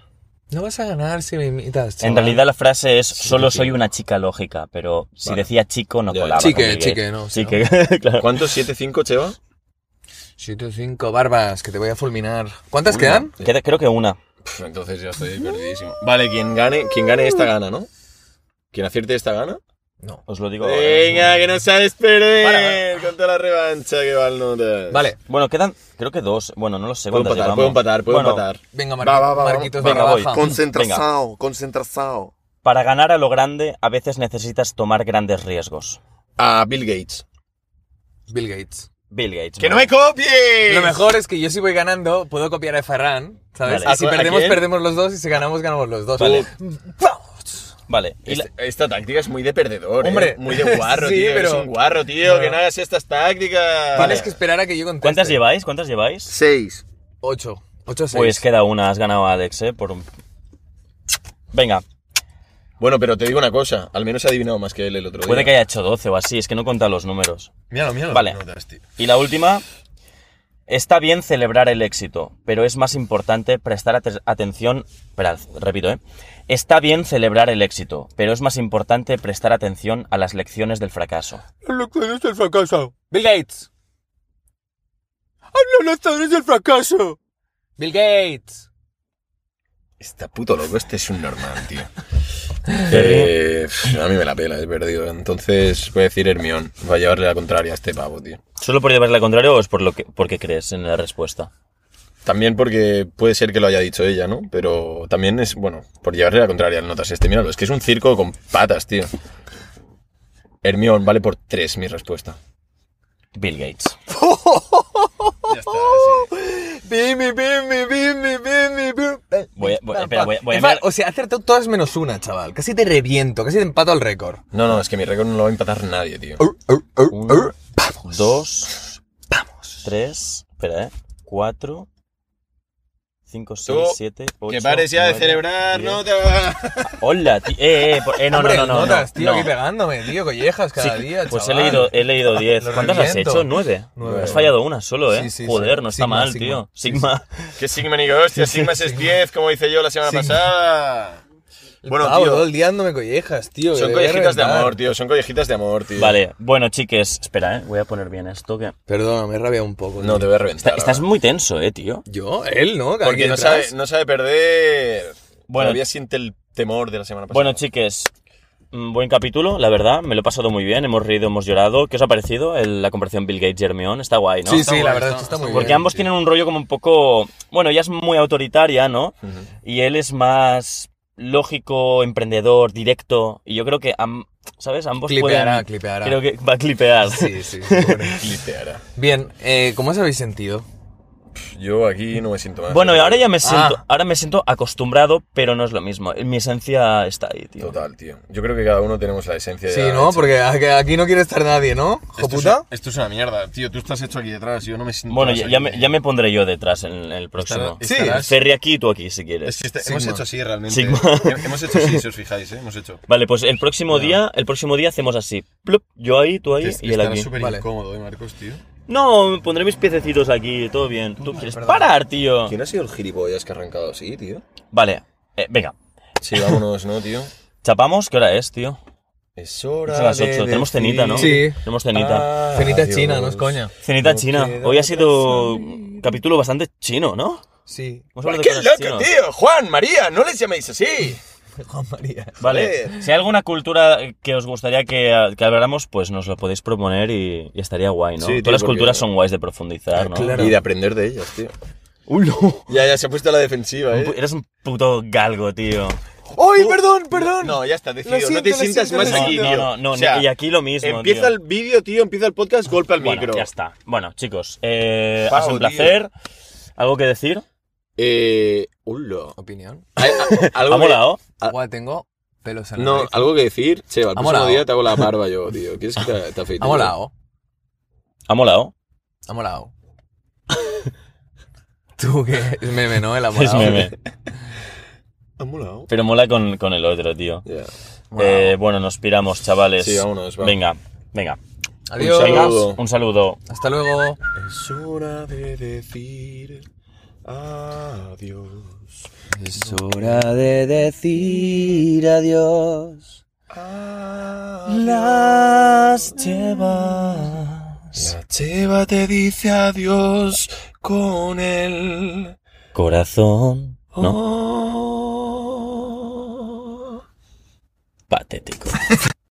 No vas a ganar si me imitas. En chaval. realidad la frase es solo sí. soy una chica lógica, pero si Vale. decía chico no Ya, colaba. chique, con Bill chique, Gates. no, Ah, sí, Chique, claro. ¿Cuántos? ¿Siete, cinco, Cheva? 7 5 barbas, que te voy a fulminar. ¿Cuántas quedan? Queda- creo que una. Pff, entonces ya estoy perdidísimo. Vale, quien gane, quien gane esta gana, ¿no? Quien acierte esta gana. No. Os lo digo. ahora. Venga, que no sabes perder. Para, Con toda la revancha que va el notas. Pues, Vale, Bueno, quedan, creo que dos. Bueno, no lo sé. Puedo cuántas empatar, llevamos. puedo empatar, puedo Bueno, empatar. venga, Mar- Va, va, va, va. Marquitos, Venga, venga, voy. baja. Concentración, concentración. Para ganar a lo grande, a veces necesitas tomar grandes riesgos. A Bill Gates. Bill Gates. Bill Gates. ¡Que no vale. me copies! Lo mejor es que yo si voy ganando, puedo copiar a Ferran, ¿sabes? Vale. Y si ¿A- a perdemos, quién? perdemos los dos, y si ganamos, ganamos los dos. Vale. ¡Vamos! Vale. y la- Este- Esta táctica es muy de perdedor, ¿eh? Hombre. Muy de guarro, Sí, tío. pero- Es un guarro, tío. Bueno. Que no hagas estas tácticas. Tienes que esperar a que yo conteste. este- ¿Cuántas lleváis? ¿Cuántas lleváis? 6. 8. 8 a 6. Pues queda una, has ganado Alex, eh, por un. Venga, Bueno, pero te digo una cosa. Al menos he adivinado más que él el otro día. puede que haya hecho 12 o así, es que no he contado los números. Míralo, míralo. Vale. Notas, tío. Y la última. Está bien celebrar el éxito, pero es más importante prestar ate- atención. Espera, repito, ¿eh? Está bien celebrar el éxito, pero es más importante prestar atención a las lecciones del fracaso. Hablo con esto el fracaso. Bill Gates. Hablo lecciones del fracaso. Bill Gates. Está puto loco, este es un normal, tío. Eh, pf, a mí me la pela, he perdido. Entonces voy a decir Hermión. Va a llevarle la contraria a este pavo, tío. ¿Solo por llevarle al contrario o es por lo que, porque crees en la respuesta? También porque puede ser que lo haya dicho ella, ¿no? Pero también es, bueno, por llevarle la contraria al notas este. Míralo, es que es un circo con patas, tío. Hermión, vale por tres mi respuesta. Bill Gates. Ya está, sí. Bimmy, bimmy, bimmy, bimmy, bimmy. Voy a- voy- espera, voy a- voy a En plan, mirar- O sea, he acertado todas menos una, chaval. Casi te reviento, casi te empato al récord. No, no, es que mi récord no lo va a empatar nadie, tío. Oh, Uno, dos, vamos. tres, espera, eh, cuatro, cinco, seis, siete, ocho. nueve, diez. notas! Hola, ti- eh, eh, por- eh, no, Hombre, no, no, no, notas, no, tío, no. aquí pegándome, tío, collejas cada Sí, día, pues he chaval. leído, he leído diez. Lo ¿Cuántas has reviento. hecho? Nueve. Nueve. Has fallado una solo, eh. Sí, sí, Joder, sí. no está Sigma, mal, Sigma. tío. Sí, Sigma. Que Sigma ni que hostia, Sigma es 10, como hice yo la semana pasada. Bueno, Bueno, Pavo, tío. todo el día dándome collejas, tío. Son que debería collejitas de reventar. amor, tío. Son collejitas de amor, tío. Vale, bueno, chiques, espera, eh. Voy a poner bien esto que. Perdona, me he rabiado un poco. No, tío. te voy a reventar. Está- estás ahora. muy tenso, eh, tío. Yo, él, ¿no? Que Porque aquí no detrás. sabe, no sabe perder. Bueno. Todavía siente el temor de la semana pasada. Bueno, chiques, mm, buen capítulo, la verdad. Me lo he pasado muy bien. Hemos reído, hemos llorado. ¿Qué os ha parecido el- la comparación Bill Gates y Hermione? Está guay, ¿no? Sí, Está sí, guay. la verdad es que está muy Porque bien. ambos tienen un rollo como un poco. Bueno, ella es muy autoritaria, ¿no? Ujú. Y él es más lógico, emprendedor, directo. Y yo creo que am- ¿sabes? Ambos Clipeará, pueden- clipeará. Creo que va a clipear. Sí, sí, seguro. Clipeará. Bien, eh, ¿cómo os habéis sentido? Yo aquí no me siento mal. Bueno, y ahora ya me siento, Ah. ahora me siento acostumbrado, pero no es lo mismo. Mi esencia está ahí, tío. Total, tío. Yo creo que cada uno tenemos la esencia Sí, ya ¿no? hecha. Porque a- aquí no quiere estar nadie, ¿no? Esto es, ¿Joputa? esto es una mierda, tío. Tú estás hecho aquí detrás, yo no me siento Bueno, más ya, aquí. ya me, ya me pondré yo detrás en, el próximo. Sí. Ferry Ferry aquí y tú aquí, si Es quieres. que este- hemos Sigma. hecho así realmente. Sigma. Hem- Hemos hecho así, si os fijáis, ¿eh? Hemos hecho. Vale, pues el próximo día, el próximo día hacemos así. Plup, yo ahí, tú ahí Que- y que él Estará aquí. súper Vale. incómodo, ¿eh, Marcos, tío? No, pondré mis piececitos aquí, todo bien. Tú quieres parar, tío. ha sido el gilipollas que ha arrancado así, tío? Vale, eh, venga. Sí, vámonos, ¿no, tío? ¿Chapamos? ¿Qué hora es, tío? Es hora. Son las de Ah, 8. Tenemos decir cenita, ¿no? Sí. Tenemos cenita. adiós. Cenita china, no Ah, es coña. Cenita no china. queda Hoy ha sido un capítulo bastante chino, ¿no? Sí. Hemos hablado de ¡Qué cosas loco, chinas. tío! Juan, María, no les llaméis así. Juan María. Vale, si hay alguna cultura que os gustaría que, que habláramos, pues nos lo podéis proponer y, y estaría guay, ¿no? Sí, tío, Todas las porque- Ah, culturas son guays de profundizar, ¿no? Claro. Y de aprender de ellas, tío. Ya, ya se ha puesto a la defensiva, ¿eh? Eres un puto galgo, tío. ¡Ay, perdón, perdón! No, ya está, decidido. Lo siento, no te lo sientas siento, más lo Pues aquí, No, siento. tío. no, no, O sea, y aquí lo mismo. Empieza tío. el vídeo, tío, empieza el podcast, golpe al Bueno, micro. ya está. Bueno, chicos, eh, Pau, ha sido un tío. placer. ¿Algo que decir? Eh. Hola. Opinión. Ay, a- algo ¿Ha molado? Ah. Guau, tengo pelos que- en la no, nariz. algo que decir. Che, al próximo molado. día te hago la barba yo, tío. ¿Quieres que te, te afeite? Ha molado. ¿Ha molado? Ha molado. Tú que es meme, ¿no? El ha Es molado. meme. Ha molado. Pero mola con, con el otro, tío. Ya. Molao. Eh, bueno, nos piramos, chavales. Sí, vámonos, va. Venga, venga. Adiós. Un Venga, saludo. un saludo. Hasta luego. Es hora de decir adiós. Es hora de decir adiós. Las llevas. La cheva te dice adiós con el Corazón. ¿No? oh. Patético.